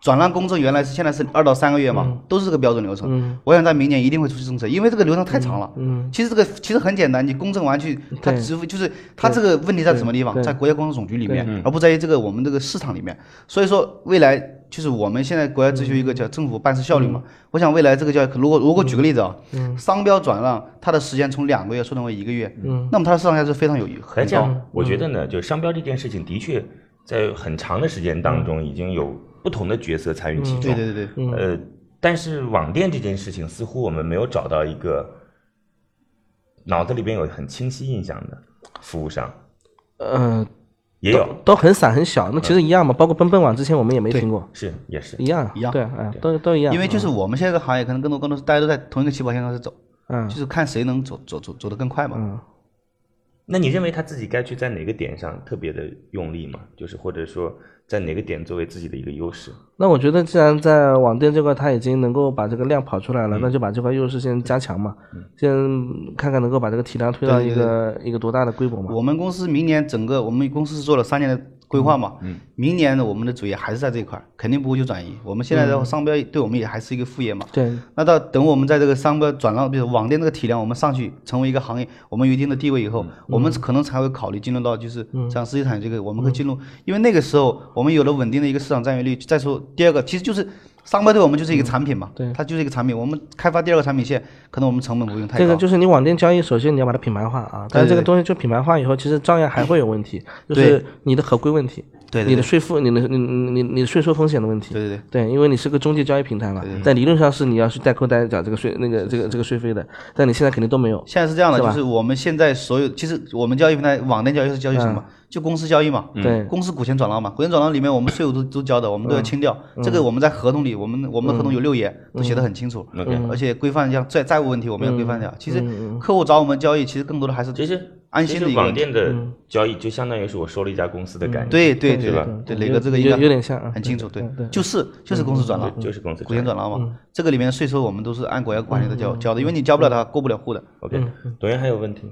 [SPEAKER 4] 转让公证原来是现在是二到三个月嘛，都是这个标准流程。我想在明年一定会出政策，因为这个流程太长了。
[SPEAKER 3] 嗯，
[SPEAKER 4] 其实这个其实很简单，你公证完去，它
[SPEAKER 3] 对
[SPEAKER 4] 只会就是它这个问题在什么地方，
[SPEAKER 3] 对
[SPEAKER 4] 在国家公证总局里面，而不在于这个我们这个市场里面。所以说未来就是我们现在国家追求一个叫政府办事效率嘛。我想未来这个叫如果如果举个例子啊，商标转让它的时间从两个月缩短为一个月，
[SPEAKER 3] 嗯
[SPEAKER 4] 那么它的市场价值非常有
[SPEAKER 2] 来
[SPEAKER 4] 很嗯
[SPEAKER 2] 这
[SPEAKER 4] 高。
[SPEAKER 2] 样，我觉得呢，就是商标这件事情的确在很长的时间当中已经有不同的角色参与其中。
[SPEAKER 4] 嗯对嗯对对对，
[SPEAKER 2] 呃，但是网店这件事情，似乎我们没有找到一个脑子里边有很清晰印象的服务商，
[SPEAKER 3] 呃，
[SPEAKER 2] 也有
[SPEAKER 3] 都很散很小，那其实一样嘛。包括奔奔网之前我们也没听过，
[SPEAKER 2] 是也是
[SPEAKER 3] 一样啊
[SPEAKER 4] 一样
[SPEAKER 3] 对啊，哎都都一样。
[SPEAKER 4] 因为就是我们现在这个行业可能更多更多是大家都在同一个起跑线上去走，
[SPEAKER 3] 嗯
[SPEAKER 4] 就是看谁能走走走走得更快嘛。
[SPEAKER 3] 嗯
[SPEAKER 2] 那你认为他自己该去在哪个点上特别的用力吗？就是或者说在哪个点作为自己的一个优势？
[SPEAKER 3] 那我觉得，既然在网店这块它已经能够把这个量跑出来了，
[SPEAKER 4] 嗯
[SPEAKER 3] 那就把这块优势先加强嘛，先看看能够把这个体量推到一个一个多大的规模嘛。
[SPEAKER 4] 我们公司明年整个我们公司是做了三年的规划嘛，
[SPEAKER 3] 嗯
[SPEAKER 4] 明年呢我们的主业还是在这一块儿，肯定不会去转移。我们现在
[SPEAKER 3] 嗯
[SPEAKER 4] 的商标对我们也还是一个副业嘛。
[SPEAKER 3] 对，
[SPEAKER 4] 那到等我们在这个商标转让，比如网店这个体量，我们上去成为一个行业，我们有一定的地位以
[SPEAKER 3] 嗯
[SPEAKER 4] 后，我们可能才会考虑进入到就是像世界产业这个，我
[SPEAKER 3] 嗯
[SPEAKER 4] 们会进入，因为那个时候我们有了稳定的一个市场占有率。再说第二个，其实就是商标对我们就是一个产品嘛，
[SPEAKER 3] 嗯对
[SPEAKER 4] 它就是一个产品。我们开发第二个产品线，可能我们成本不用太高。
[SPEAKER 3] 这个就是你网店交易，首先你要把它品牌化啊，但是这个东西就品牌化以后，其实照样还会有问题，就是你的合规问题，
[SPEAKER 4] 对对对
[SPEAKER 3] 你的税负、你的你你你你的税收风险的问题，
[SPEAKER 4] 对对对。
[SPEAKER 3] 对，因为你是个中介交易平台嘛，在理论上是你要去代扣代缴这个税、那个这个这个税费的，但你现在肯定都没有。
[SPEAKER 4] 现在是这样的，
[SPEAKER 3] 是吧
[SPEAKER 4] 就是我们现在所有，其实我们交易平台网店交易是交易什么？就公司交易
[SPEAKER 2] 嗯
[SPEAKER 4] 嘛，
[SPEAKER 3] 嗯对嗯
[SPEAKER 4] 公司股权转让嘛，股权转让里面我们税务都都交的，我们都要清掉。这个我们在合同里，我们我们的合同有六页，都写的很清楚，
[SPEAKER 3] 嗯
[SPEAKER 2] OK
[SPEAKER 4] 而且规范一下债债务问题，我们要规范一下。其实客户找我们交易，其实更多的还是
[SPEAKER 2] 其实
[SPEAKER 4] 安
[SPEAKER 2] 其
[SPEAKER 4] 心
[SPEAKER 2] 实
[SPEAKER 4] 的一个
[SPEAKER 2] 网
[SPEAKER 4] 问题。
[SPEAKER 2] 店的交易就相当于是我收了一家公司的概念，
[SPEAKER 4] 对对
[SPEAKER 2] 对吧
[SPEAKER 4] 对，
[SPEAKER 3] 对
[SPEAKER 4] 磊哥这个
[SPEAKER 3] 有
[SPEAKER 4] 应该
[SPEAKER 3] 有点像啊对
[SPEAKER 4] 很清楚，
[SPEAKER 3] 对
[SPEAKER 4] 对
[SPEAKER 3] 对，嗯
[SPEAKER 4] 就是就是公司转让
[SPEAKER 2] 就，就是公司
[SPEAKER 4] 股权
[SPEAKER 2] 账
[SPEAKER 4] 转让嘛，这个里面税收我们都是按国家管
[SPEAKER 3] 嗯
[SPEAKER 4] 理的交交的，因为你交不了它过不了户的。
[SPEAKER 2] OK，董源还有问题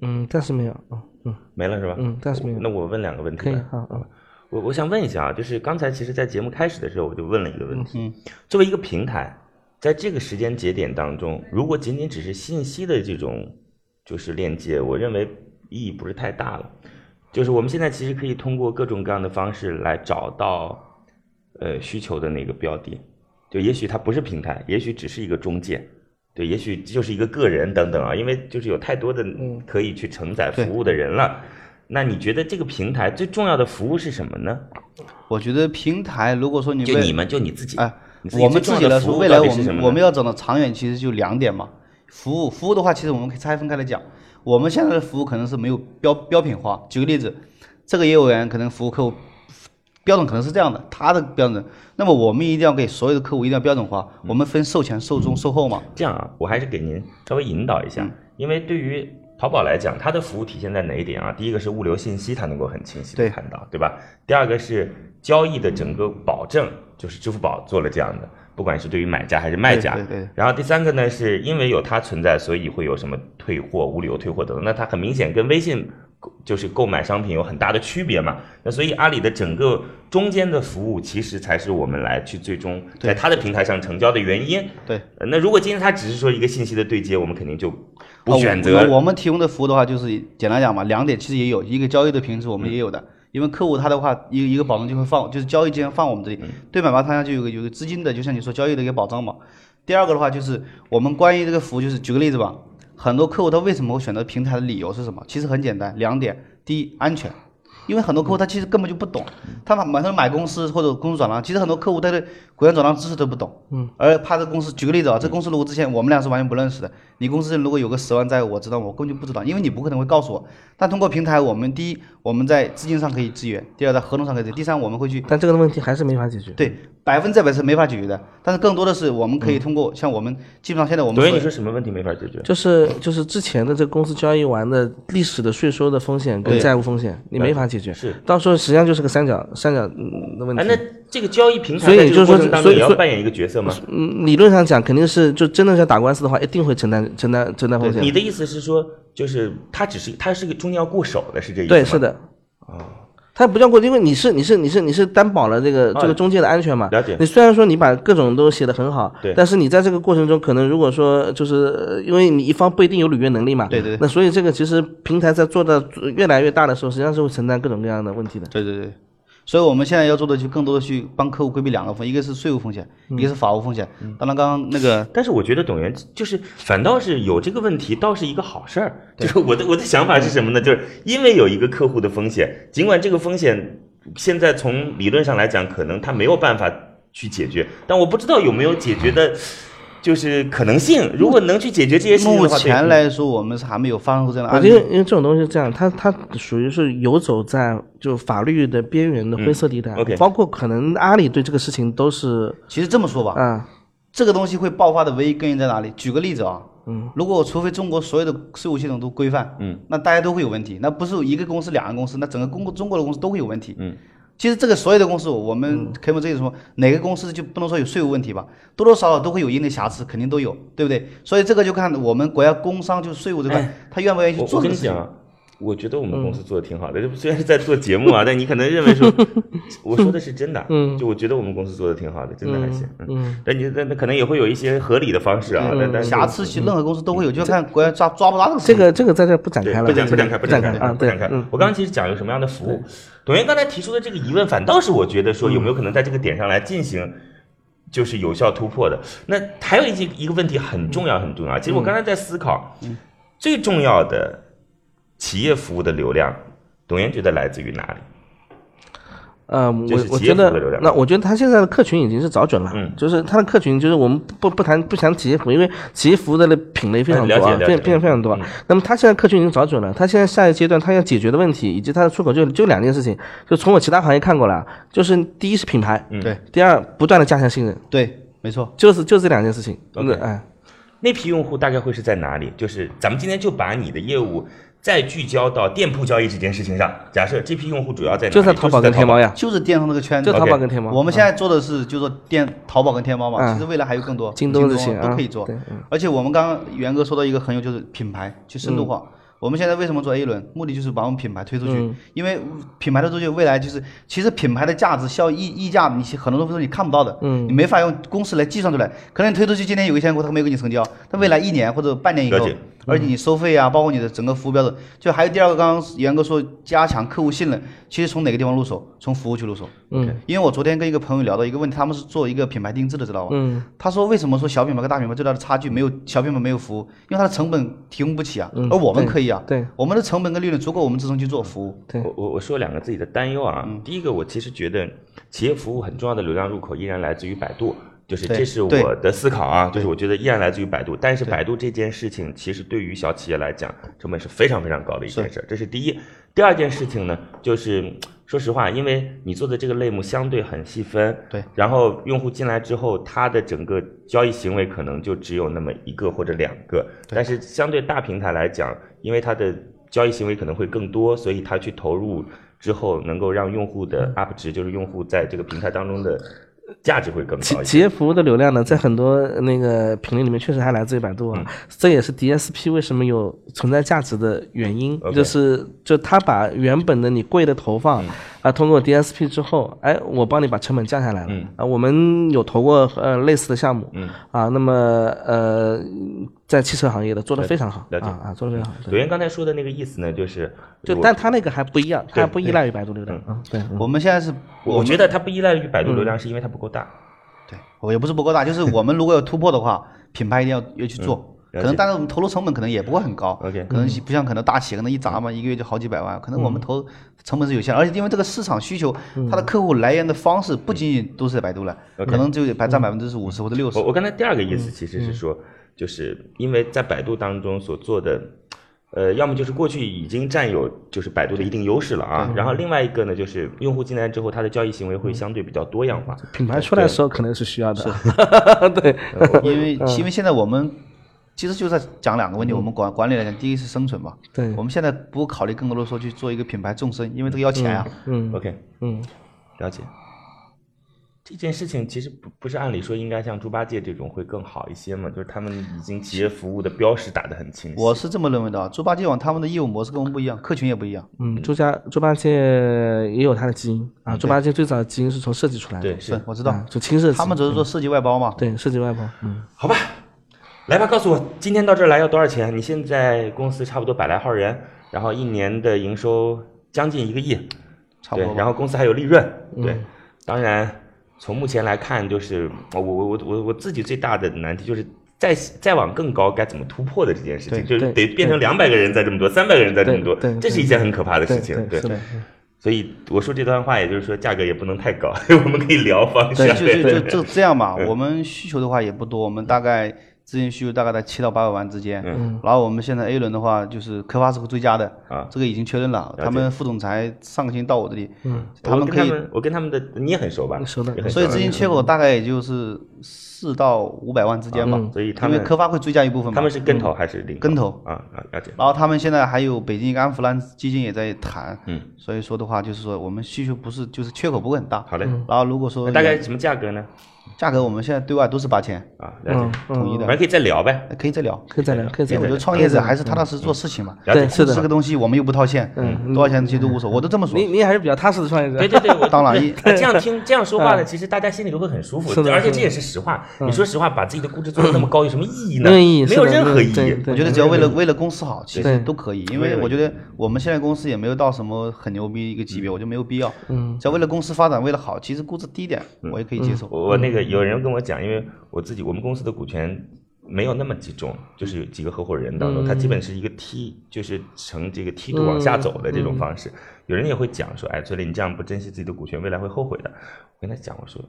[SPEAKER 3] 嗯，暂时没有，嗯嗯
[SPEAKER 2] 没了是吧？
[SPEAKER 3] 嗯，暂时没有，
[SPEAKER 2] 那我问两个问
[SPEAKER 3] 可
[SPEAKER 2] 题
[SPEAKER 3] 以，
[SPEAKER 2] 吧。
[SPEAKER 3] 好，嗯
[SPEAKER 2] 我我想问一下啊，就是刚才其实，在节目开始的时候，我就问了一个问
[SPEAKER 3] 嗯
[SPEAKER 2] 题：作为一个平台，在这个时间节点当中，如果仅仅只是信息的这种就是链接，我认为意义不是太大了。就是我们现在其实可以通过各种各样的方式来找到呃需求的那个标的，就也许它不是平台，也许只是一个中介。对，也许就是一个个人等等啊，因为就是有太多的
[SPEAKER 3] 嗯
[SPEAKER 2] 可以去承载
[SPEAKER 4] 对
[SPEAKER 2] 服务的人了。那你觉得这个平台最重要的服务是什么呢？
[SPEAKER 4] 我觉得平台如果说你
[SPEAKER 2] 就
[SPEAKER 4] 为
[SPEAKER 2] 你们，就你自己，
[SPEAKER 4] 哎，
[SPEAKER 2] 你
[SPEAKER 4] 我们自己
[SPEAKER 2] 最重
[SPEAKER 4] 来
[SPEAKER 2] 要的服
[SPEAKER 4] 说，
[SPEAKER 2] 务
[SPEAKER 4] 未来
[SPEAKER 2] 到底
[SPEAKER 4] 我
[SPEAKER 2] 是什么
[SPEAKER 4] 们
[SPEAKER 2] 呢
[SPEAKER 4] 我们要走的长远，其实就两点嘛。服务服务的话，其实我们可以拆分开来讲。我们现在的服务可能是没有标标品化。举个例子，这个业务员可能服务客户标准可能是这样的，他的标准。那么我们一定要给所有的客户一定要标准化。
[SPEAKER 2] 嗯
[SPEAKER 4] 我们分售前、售中、售后嘛。
[SPEAKER 2] 这样啊，我还是给您稍微引导一
[SPEAKER 4] 嗯
[SPEAKER 2] 下，因为对于淘宝来讲，它的服务体现在哪一点啊？第一个是物流信息，它能够很清晰的
[SPEAKER 4] 对
[SPEAKER 2] 看到，对吧？第二个是交易的整个保证，就是支付宝做了这样的，不管是对于买家还是卖家。
[SPEAKER 4] 对对对
[SPEAKER 2] 然后第三个呢，是因为有它存在，所以会有什么退货、物流退货等等。那它很明显跟微信购就是购买商品有很大的区别嘛。那所以阿里的整个中间的服务，其实才是我们来去最终在它的平台上成交的原因。
[SPEAKER 4] 对，
[SPEAKER 2] 呃那如果今天它只是说一个信息的对接，我们肯定就不
[SPEAKER 4] 啊
[SPEAKER 2] 选
[SPEAKER 3] 哦
[SPEAKER 4] 我
[SPEAKER 2] 择
[SPEAKER 4] 们我们提供的服务的话，就是简单讲嘛，两点其实也有，一个交易的凭证我
[SPEAKER 2] 嗯
[SPEAKER 4] 们也有的，因为客户他的话，一个一个保障就会放，就是交易之前放我们这
[SPEAKER 2] 嗯
[SPEAKER 4] 里，对买方他就有个有个资金的，就像你说交易的一个保障嘛。第二个的话就是我们关于这个服务，就是举个例子吧，很多客户他为什么会选择平台的理由是什么？其实很简单，两点：第一，安全。因为很多客户
[SPEAKER 2] 嗯
[SPEAKER 4] 他其实根本就不懂，他买买他买公司或者公司转让，其实很多客户他的股权转让知识都不懂，嗯，而怕这公司，举个例子啊，这公司如果之前我们俩是完全不认识的，你公司如果有个十万债务，我知道我根本就不知道，因为你不可能会告诉我。但通过平台，我们第一我们在资金上可以支援，第二在合同上可以支援，第三我们会去
[SPEAKER 3] 但这个问题还是没法解决。
[SPEAKER 4] 对百分之百是没法解决的，但是更多的是我们可以通过像我们基本上现在我们
[SPEAKER 2] 所以嗯你
[SPEAKER 4] 所
[SPEAKER 2] 说什么问题没法解决？
[SPEAKER 3] 就是就是之前的这个公司交易完的历史的税收的风险跟
[SPEAKER 4] 对
[SPEAKER 3] 债务风险，你没法解决，
[SPEAKER 2] 是
[SPEAKER 3] 到时候实际上就是个三角三角嗯的问
[SPEAKER 2] 哎，
[SPEAKER 3] 题。
[SPEAKER 2] 那这个交易平台
[SPEAKER 3] 所以
[SPEAKER 2] 在这
[SPEAKER 3] 就是
[SPEAKER 2] 个
[SPEAKER 3] 说
[SPEAKER 2] 过程当
[SPEAKER 3] 所
[SPEAKER 2] 中
[SPEAKER 3] 以
[SPEAKER 2] 也要
[SPEAKER 3] 所以
[SPEAKER 2] 扮演一个角色吗？
[SPEAKER 3] 嗯，理论上讲肯定是就真的是要打官司的话，一定会承担承担承担风
[SPEAKER 2] 你
[SPEAKER 3] 险。
[SPEAKER 2] 的意思是说，就是它只是它是个中间要过手的，是这意思吗？
[SPEAKER 3] 对，是的。哦。它不叫过，因为你是你是你是你是担保了这个这个中介的安全嘛？
[SPEAKER 2] 啊了解
[SPEAKER 3] 你虽然说你把各种都写得很好，
[SPEAKER 2] 对
[SPEAKER 3] 但是你在这个过程中，可能如果说就是呃因为你一方不一定有履约能力嘛，
[SPEAKER 4] 对对对
[SPEAKER 3] 那所以这个其实平台在做到越来越大的时候，实际上是会承担各种各样的问题的。
[SPEAKER 4] 对对对，所以我们现在要做的就更多的去帮客户规避两个风险，一个是税务风险，
[SPEAKER 2] 嗯
[SPEAKER 4] 一个是法务风险。当然，刚刚那个
[SPEAKER 2] 但是我觉得董源就是反倒是有这个问题，倒是一个好事儿。就是我的我的想法是什么呢？就是因为有一个客户的风险，尽管这个风险现在从理论上来讲，可能他没有办法去解决，但我不知道有没有解决的，就是可能性。如果能去解决这些事情
[SPEAKER 4] 嗯目
[SPEAKER 2] 的话，
[SPEAKER 4] 前
[SPEAKER 2] 对嗯
[SPEAKER 4] 来说，我们是还没有发生过这样的
[SPEAKER 3] 我
[SPEAKER 4] 案
[SPEAKER 3] 觉得
[SPEAKER 4] 例。，
[SPEAKER 3] 啊因为这种东西是这样，它它属于是游走在就法律的边缘的灰色地带，
[SPEAKER 2] 嗯 OK
[SPEAKER 3] 包括可能阿里对这个事情都是
[SPEAKER 4] 其实这么说吧，
[SPEAKER 3] 啊，
[SPEAKER 4] 这个东西会爆发的唯一根源在哪里？举个例子啊，嗯，如果除非中国所有的税务系统都规范，嗯，那大家都会有问题，那不是一个公司、两个公司，那整个中国中国的公司都会有问题，嗯。其实这个所有的公司，我们可以这里说，哪个公司就不能说有税务问题吧，多多少少都会有一定的瑕疵，肯定都有，对不对？所以这个就看我们国家工商就是税务这块，他愿不愿意去
[SPEAKER 2] 我
[SPEAKER 4] 做
[SPEAKER 2] 我跟
[SPEAKER 4] 这个
[SPEAKER 2] 你
[SPEAKER 4] 事情
[SPEAKER 2] 讲。啊，我觉得我们公司做的挺好的，这虽然是在做节目
[SPEAKER 4] 嗯
[SPEAKER 2] 啊，但你可能认为说，我说的是真的，啊就我觉得我们公司做的挺好的，真的还行，嗯，但你那那可能也会有一些合理的方式
[SPEAKER 3] 嗯
[SPEAKER 2] 啊，但但是
[SPEAKER 4] 瑕疵其实任何公司都会有，就看国家抓抓不抓这个事
[SPEAKER 3] 这
[SPEAKER 4] 情。
[SPEAKER 3] 个这个在这儿不展
[SPEAKER 2] 对
[SPEAKER 3] 嗯开了，
[SPEAKER 2] 不展
[SPEAKER 3] 这
[SPEAKER 2] 不
[SPEAKER 3] 个
[SPEAKER 2] 展开
[SPEAKER 3] 不
[SPEAKER 2] 展
[SPEAKER 3] 展
[SPEAKER 2] 开
[SPEAKER 3] 啊，
[SPEAKER 2] 不
[SPEAKER 3] 对
[SPEAKER 2] 展开，
[SPEAKER 3] 嗯。
[SPEAKER 2] 我刚刚其实讲有什么样的服务，董源刚才提出的这个疑问，反倒是我觉得说有没有可能在这个点上来进行。就是有效突破的。那还有一些一个问题很重要，很重要。其实
[SPEAKER 3] 嗯
[SPEAKER 2] 我刚才在思考，最重要的企业服务的流量，董源觉得来自于哪里？
[SPEAKER 3] 呃，
[SPEAKER 2] 这
[SPEAKER 3] 我
[SPEAKER 2] 是
[SPEAKER 3] 我
[SPEAKER 2] 企
[SPEAKER 3] 觉
[SPEAKER 2] 业服务的流
[SPEAKER 3] 得
[SPEAKER 2] 量，
[SPEAKER 3] 那我觉得他现在的客群已经是找准了，
[SPEAKER 2] 嗯
[SPEAKER 3] 就是他的客群，就是我们不不谈不谈企业服务，因为企业服务的品类非常多
[SPEAKER 2] 哎了
[SPEAKER 3] 啊，
[SPEAKER 2] 解了解
[SPEAKER 3] 变变非常多。那么他现在客群已经找准了，他现在下一阶段他要解决的问题以及他的出口就就两件事情，就从我其他行业看过来，啊就是第一是品牌，
[SPEAKER 2] 嗯
[SPEAKER 4] 对
[SPEAKER 3] 第二不断的加强信任，
[SPEAKER 4] 对，没错，
[SPEAKER 3] 就是就这两件事情。嗯，
[SPEAKER 2] OK
[SPEAKER 3] 哎，
[SPEAKER 2] 那批用户大概会是在哪里？就是咱们今天就把你的业务再聚焦到店铺交易这件事情上。假设这批用户主要在哪里
[SPEAKER 3] 就在淘宝跟天猫，呀，
[SPEAKER 4] 就是电商这个圈
[SPEAKER 3] 啊就
[SPEAKER 4] 子。
[SPEAKER 3] 淘宝
[SPEAKER 2] OK
[SPEAKER 3] 跟天猫。
[SPEAKER 4] 我们现在做的是，就是说电淘宝跟天猫嘛，
[SPEAKER 3] 嗯
[SPEAKER 4] 其实未来还有更多，
[SPEAKER 3] 京
[SPEAKER 4] 东
[SPEAKER 3] 东这些
[SPEAKER 4] 都
[SPEAKER 3] 啊
[SPEAKER 4] 可以做
[SPEAKER 3] 对。
[SPEAKER 4] 而且我们刚刚元哥说到一个很有就是品牌去深度化。我们现在为什么做 A 轮？目的就是把我们品牌推出去，
[SPEAKER 3] 嗯
[SPEAKER 4] 因为品牌的出去，未来就是其实品牌的价值效溢溢价，你很多东西是你看不到的，
[SPEAKER 3] 嗯
[SPEAKER 4] 你没法用公式来计算出来。可能你推出去今天有一千个，他没有给你成交，但未来一年或者半年以
[SPEAKER 2] 了
[SPEAKER 4] 后
[SPEAKER 2] 解，嗯
[SPEAKER 4] 而且你收费啊，包括你的整个服务标准，就还有第二个，刚刚元哥说加强客户信任，其实从哪个地方入手？从服务去入手。
[SPEAKER 3] 嗯
[SPEAKER 4] 因为我昨天跟一个朋友聊到一个问题，他们是做一个品牌定制的，知道吧？
[SPEAKER 3] 嗯，
[SPEAKER 4] 他说为什么说小品牌跟大品牌最大的差距没有小品牌没有服务，因为它的成本提供不起啊，
[SPEAKER 2] 嗯
[SPEAKER 4] 而我们可以啊，
[SPEAKER 3] 对
[SPEAKER 4] 我们的成本跟利润足够我们支撑去做服务。
[SPEAKER 3] 对
[SPEAKER 2] 我我我说两个自己的担忧啊。
[SPEAKER 4] 嗯
[SPEAKER 2] 第一个，我其实觉得企业服务很重要的流量入口依然来自于百度，就是
[SPEAKER 4] 对
[SPEAKER 2] 这是
[SPEAKER 4] 对
[SPEAKER 2] 我的思考啊，就是我觉得依然来自于百度。但是百度这件事情，其实对于小企业来讲，成本是非常非常高的一件事儿，这是第一。第二件事情呢，就是嗯说实话，因为你做的这个类目相对很细分，
[SPEAKER 4] 对
[SPEAKER 2] 然后用户进来之后，他的整个交易行为可能就只有那么一个或者两个，但是相对大平台来讲，因为它的交易行为可能会更多，所以它去投入之后，能够让用户的 up 值，就是用户在这个平台当中的价值会更
[SPEAKER 3] 企
[SPEAKER 2] 高一
[SPEAKER 3] 企
[SPEAKER 2] 些。
[SPEAKER 3] 业服务的流量呢，在很多那个品类里面确实还来自于百
[SPEAKER 2] 嗯
[SPEAKER 3] 度啊，这也是 DSP 为什么有存在价值的原因，
[SPEAKER 2] OK 嗯
[SPEAKER 3] 就是就它把原本的你贵的投放啊，通过 DSP 之后，哎，我帮你把成本降下来了
[SPEAKER 2] 嗯
[SPEAKER 3] 啊。我们有投过呃类似的项目
[SPEAKER 2] 嗯
[SPEAKER 3] 啊，那么呃，在汽车行业的做得非常好
[SPEAKER 2] 了解
[SPEAKER 3] 啊啊，做得非常好。
[SPEAKER 2] 朵
[SPEAKER 3] 对，
[SPEAKER 2] 源刚才说的那个意思呢，就是
[SPEAKER 3] 就
[SPEAKER 2] 我
[SPEAKER 3] 但它那个还不一样，它还不
[SPEAKER 2] 对
[SPEAKER 3] 依赖于百度流量啊。对，嗯
[SPEAKER 4] 我们现在是，
[SPEAKER 2] 我觉
[SPEAKER 4] 得
[SPEAKER 2] 得它不依赖于百度流量，是因为它不够大。
[SPEAKER 4] 对我也不是不够大，就是我们如果要突破 的话，品牌一定要要去做。
[SPEAKER 2] 嗯了解
[SPEAKER 4] 可能，但是我们投入成本可能也不会很高
[SPEAKER 2] OK 嗯
[SPEAKER 4] 可能不像可能大企业可能一砸嘛，一个月就好几百万，可能我们投成本是有限的，而且因为这个市场需求，
[SPEAKER 2] 嗯
[SPEAKER 4] 它的客户来源的方式不仅仅都是在百度了，可能就百占百分之五十或者六十
[SPEAKER 2] 嗯我。我刚才第二个意思其实是说，就是因为在百度当中所做的，呃，要么就是过去已经占有就是百度的一定优势了啊，然后另外一个呢，就是用户进来之后，他的交易行为会相对比较多样化。
[SPEAKER 3] 品牌出来的时候可能是需要的，对，
[SPEAKER 4] 因为
[SPEAKER 3] 嗯
[SPEAKER 4] 因为现在我们其实就在讲两个问题，我们管管理来讲，第一是生存嘛，
[SPEAKER 3] 对
[SPEAKER 4] 我们现在不考虑更多的说去做一个品牌纵深，因为这个要钱呀、啊
[SPEAKER 3] 嗯
[SPEAKER 2] OK，
[SPEAKER 3] 嗯。
[SPEAKER 2] 了解。这件事情其实不不是按理说应该像猪八戒这种会更好一些嘛？就是他们已经企业服务的标识打得很清晰。
[SPEAKER 4] 我是这么认为的啊，猪八戒网他们的业务模式跟我们不一样，客群也不一样。
[SPEAKER 3] 嗯，猪家猪八戒也有它的基因啊，猪八戒最早的基因是从设计出来的，
[SPEAKER 2] 对是
[SPEAKER 4] 嗯对，我知道
[SPEAKER 3] 啊，，就亲设计，
[SPEAKER 4] 他们只是做设计外包嘛。
[SPEAKER 3] 对设计外包，嗯，
[SPEAKER 2] 好吧，来吧，告诉我今天到这儿来要多少钱？你现在公司差不多百来号人，然后一年的营收将近一个亿，
[SPEAKER 4] 差不
[SPEAKER 2] 对，
[SPEAKER 4] 多吧嗯
[SPEAKER 2] 然后公司还有利润，
[SPEAKER 3] 嗯
[SPEAKER 2] 对，当然从目前来看，就是我我我我我自己最大的难题就是。再再往更高该怎么突破的这件事情，
[SPEAKER 4] 对
[SPEAKER 2] 就是
[SPEAKER 3] 对
[SPEAKER 2] 得变成两百个人再这么多，三百个人再这么多
[SPEAKER 3] 对对，
[SPEAKER 2] 这是一件很可怕的事
[SPEAKER 3] 对
[SPEAKER 2] 情。
[SPEAKER 3] 对是的，
[SPEAKER 2] 所以我说这段话，也就是说价格也不能太高， 我们可以聊方向。
[SPEAKER 4] 就就就就这样吧。我们需求的话也不多，我们大概资金需求大概在七到八百万之间。
[SPEAKER 2] 嗯
[SPEAKER 4] 然后我们现在 A 轮的话，就是科发是会追加的
[SPEAKER 2] 啊
[SPEAKER 4] 这个已经确认了。
[SPEAKER 2] 解
[SPEAKER 4] 他们副总裁上个星期到我这里，嗯，他
[SPEAKER 2] 我
[SPEAKER 4] 们
[SPEAKER 2] 跟
[SPEAKER 4] 可以，
[SPEAKER 2] 我跟他们的你也很熟吧？
[SPEAKER 3] 熟的
[SPEAKER 2] 也很
[SPEAKER 4] 所以
[SPEAKER 2] 吧
[SPEAKER 4] 资金缺口大概也就是四到五百万之间吧。
[SPEAKER 2] 嗯所以他
[SPEAKER 4] 因
[SPEAKER 2] 们
[SPEAKER 4] 为科发会追加一部分嘛。
[SPEAKER 2] 他们是跟投还是零
[SPEAKER 4] 嗯跟投
[SPEAKER 2] 啊啊？了解。
[SPEAKER 4] 然后他们现在还有北京一个安弗兰基金也在谈，
[SPEAKER 2] 嗯，
[SPEAKER 4] 所以说的话就是说我们需求不是就是缺口不会很大。
[SPEAKER 2] 好嘞，
[SPEAKER 3] 嗯
[SPEAKER 4] 然后如果说
[SPEAKER 2] 那大概什么价格呢？
[SPEAKER 4] 价格，我们现在对外都是八千，
[SPEAKER 2] 啊，
[SPEAKER 3] 嗯
[SPEAKER 2] 了解，
[SPEAKER 4] 统一
[SPEAKER 2] 反
[SPEAKER 4] 的，
[SPEAKER 2] 正可以再聊呗。
[SPEAKER 4] 可以再聊。
[SPEAKER 3] 可以再聊，可以再
[SPEAKER 4] 因为我
[SPEAKER 3] 聊
[SPEAKER 4] 觉得，创业者还是踏踏实实做事情嘛。
[SPEAKER 2] 嗯了解嗯
[SPEAKER 3] 对，是
[SPEAKER 4] 这
[SPEAKER 3] 的
[SPEAKER 4] 个，东西我们又不套现，多少钱其实都无所谓，我都这么说
[SPEAKER 3] 你。你还是比较踏实的创业者，
[SPEAKER 2] 对对对，我
[SPEAKER 4] 当然 一
[SPEAKER 2] 这样听这样说话呢，其实大家心里都会很舒
[SPEAKER 3] 嗯
[SPEAKER 2] 服
[SPEAKER 3] 是，的嗯
[SPEAKER 2] 而且这也是实话。你说实话，把自己的估值做的那么高，有什么意义呢？
[SPEAKER 3] 没有意义
[SPEAKER 2] 没
[SPEAKER 3] 是
[SPEAKER 2] 有
[SPEAKER 3] 的
[SPEAKER 2] 任何意
[SPEAKER 3] 对
[SPEAKER 2] 义。
[SPEAKER 3] 对
[SPEAKER 4] 我觉得只要为了为了公司好，其实
[SPEAKER 3] 对
[SPEAKER 4] 都可以，
[SPEAKER 2] 对
[SPEAKER 4] 因为
[SPEAKER 2] 对
[SPEAKER 4] 我觉得我们现在公司也没有到什么很牛逼一个级别，我就没有必要。嗯，只要为了公司发展，为了好，
[SPEAKER 3] 嗯
[SPEAKER 4] 其实估值低点我也可以接受。
[SPEAKER 2] 我我那个有人跟我讲，因为我自己我们公司的股权没有那么集中，就是有几个合伙人当中，它基本是一个梯，就是呈这个梯度往下走的这种方式。有人也会讲说，哎，崔磊，你这样不珍惜自己的股权，未来会后悔的。我跟他讲，我说。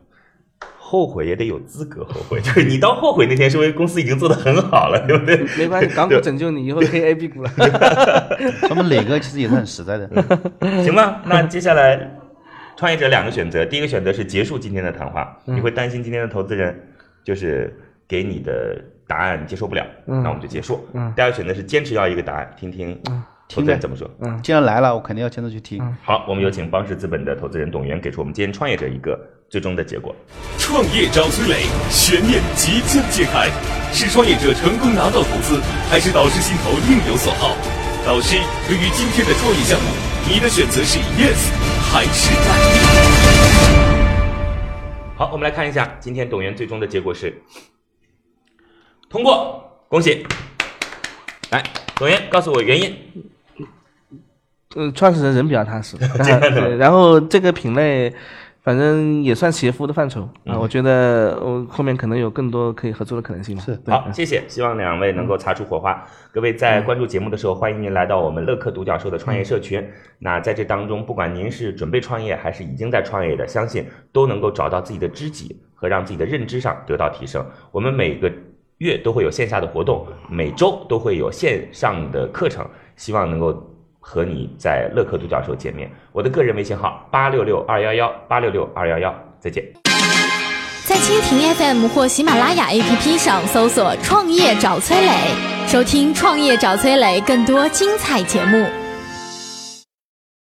[SPEAKER 2] 后悔也得有资格后悔， 就是你到后悔那天，是因为公司已经做得很好了，对不对？
[SPEAKER 3] 没关 系，港股拯救你，以后可以 A B 股了。
[SPEAKER 4] 咱们磊哥其实也是很实在的，
[SPEAKER 3] 嗯
[SPEAKER 2] 行 吧，那接下来创业者两个选择，第一个选择是结束今天的谈话，
[SPEAKER 3] 嗯
[SPEAKER 2] 你会担心今天的投资人就是给你的答案接受不了，
[SPEAKER 3] 嗯
[SPEAKER 2] 那我们就结束。
[SPEAKER 3] 嗯
[SPEAKER 2] 第二个选择是坚持要一个答案，听听投资人怎么说。
[SPEAKER 3] 嗯，
[SPEAKER 4] 既然来了，我肯定要亲自去听。
[SPEAKER 2] 好，我们有请邦氏资本的投资人董源给出我们今天创业者一个最终的结果。
[SPEAKER 5] 创业找崔磊，悬念即将揭开，是创业者成功拿到投资，还是导师心头另有所好？导师，对于今天的创业项目，你的选择是 yes 还是 no？
[SPEAKER 2] 好，我们来看一下今天董源最终的结果是通过，恭喜！来，董源告诉我原因。
[SPEAKER 3] 呃，创始人人比较 踏实，对，然后这个品类，反正也算企业服务的范畴啊，
[SPEAKER 4] 嗯
[SPEAKER 3] 我觉得我后面可能有更多可以合作的可能性吧。
[SPEAKER 4] 是
[SPEAKER 3] 对，
[SPEAKER 2] 好，谢谢，希望两位能够擦出火花。各位在关注节目的时候，欢迎您来到我们乐客独角兽的创业社群。那在这当中，不管您是准备创业还是已经在创业的，相信都能够找到自己的知己和让自己的认知上得到提升。我们每个月都会有线下的活动，每周都会有线上的课程，希望能够。和你在乐客独角兽见面，我的个人微信号八六六二幺幺八六六二幺幺，再见。
[SPEAKER 1] 在蜻蜓 FM 或喜马拉雅 APP 上搜索“创业找崔磊”，收听“创业找崔磊”更多精彩节目。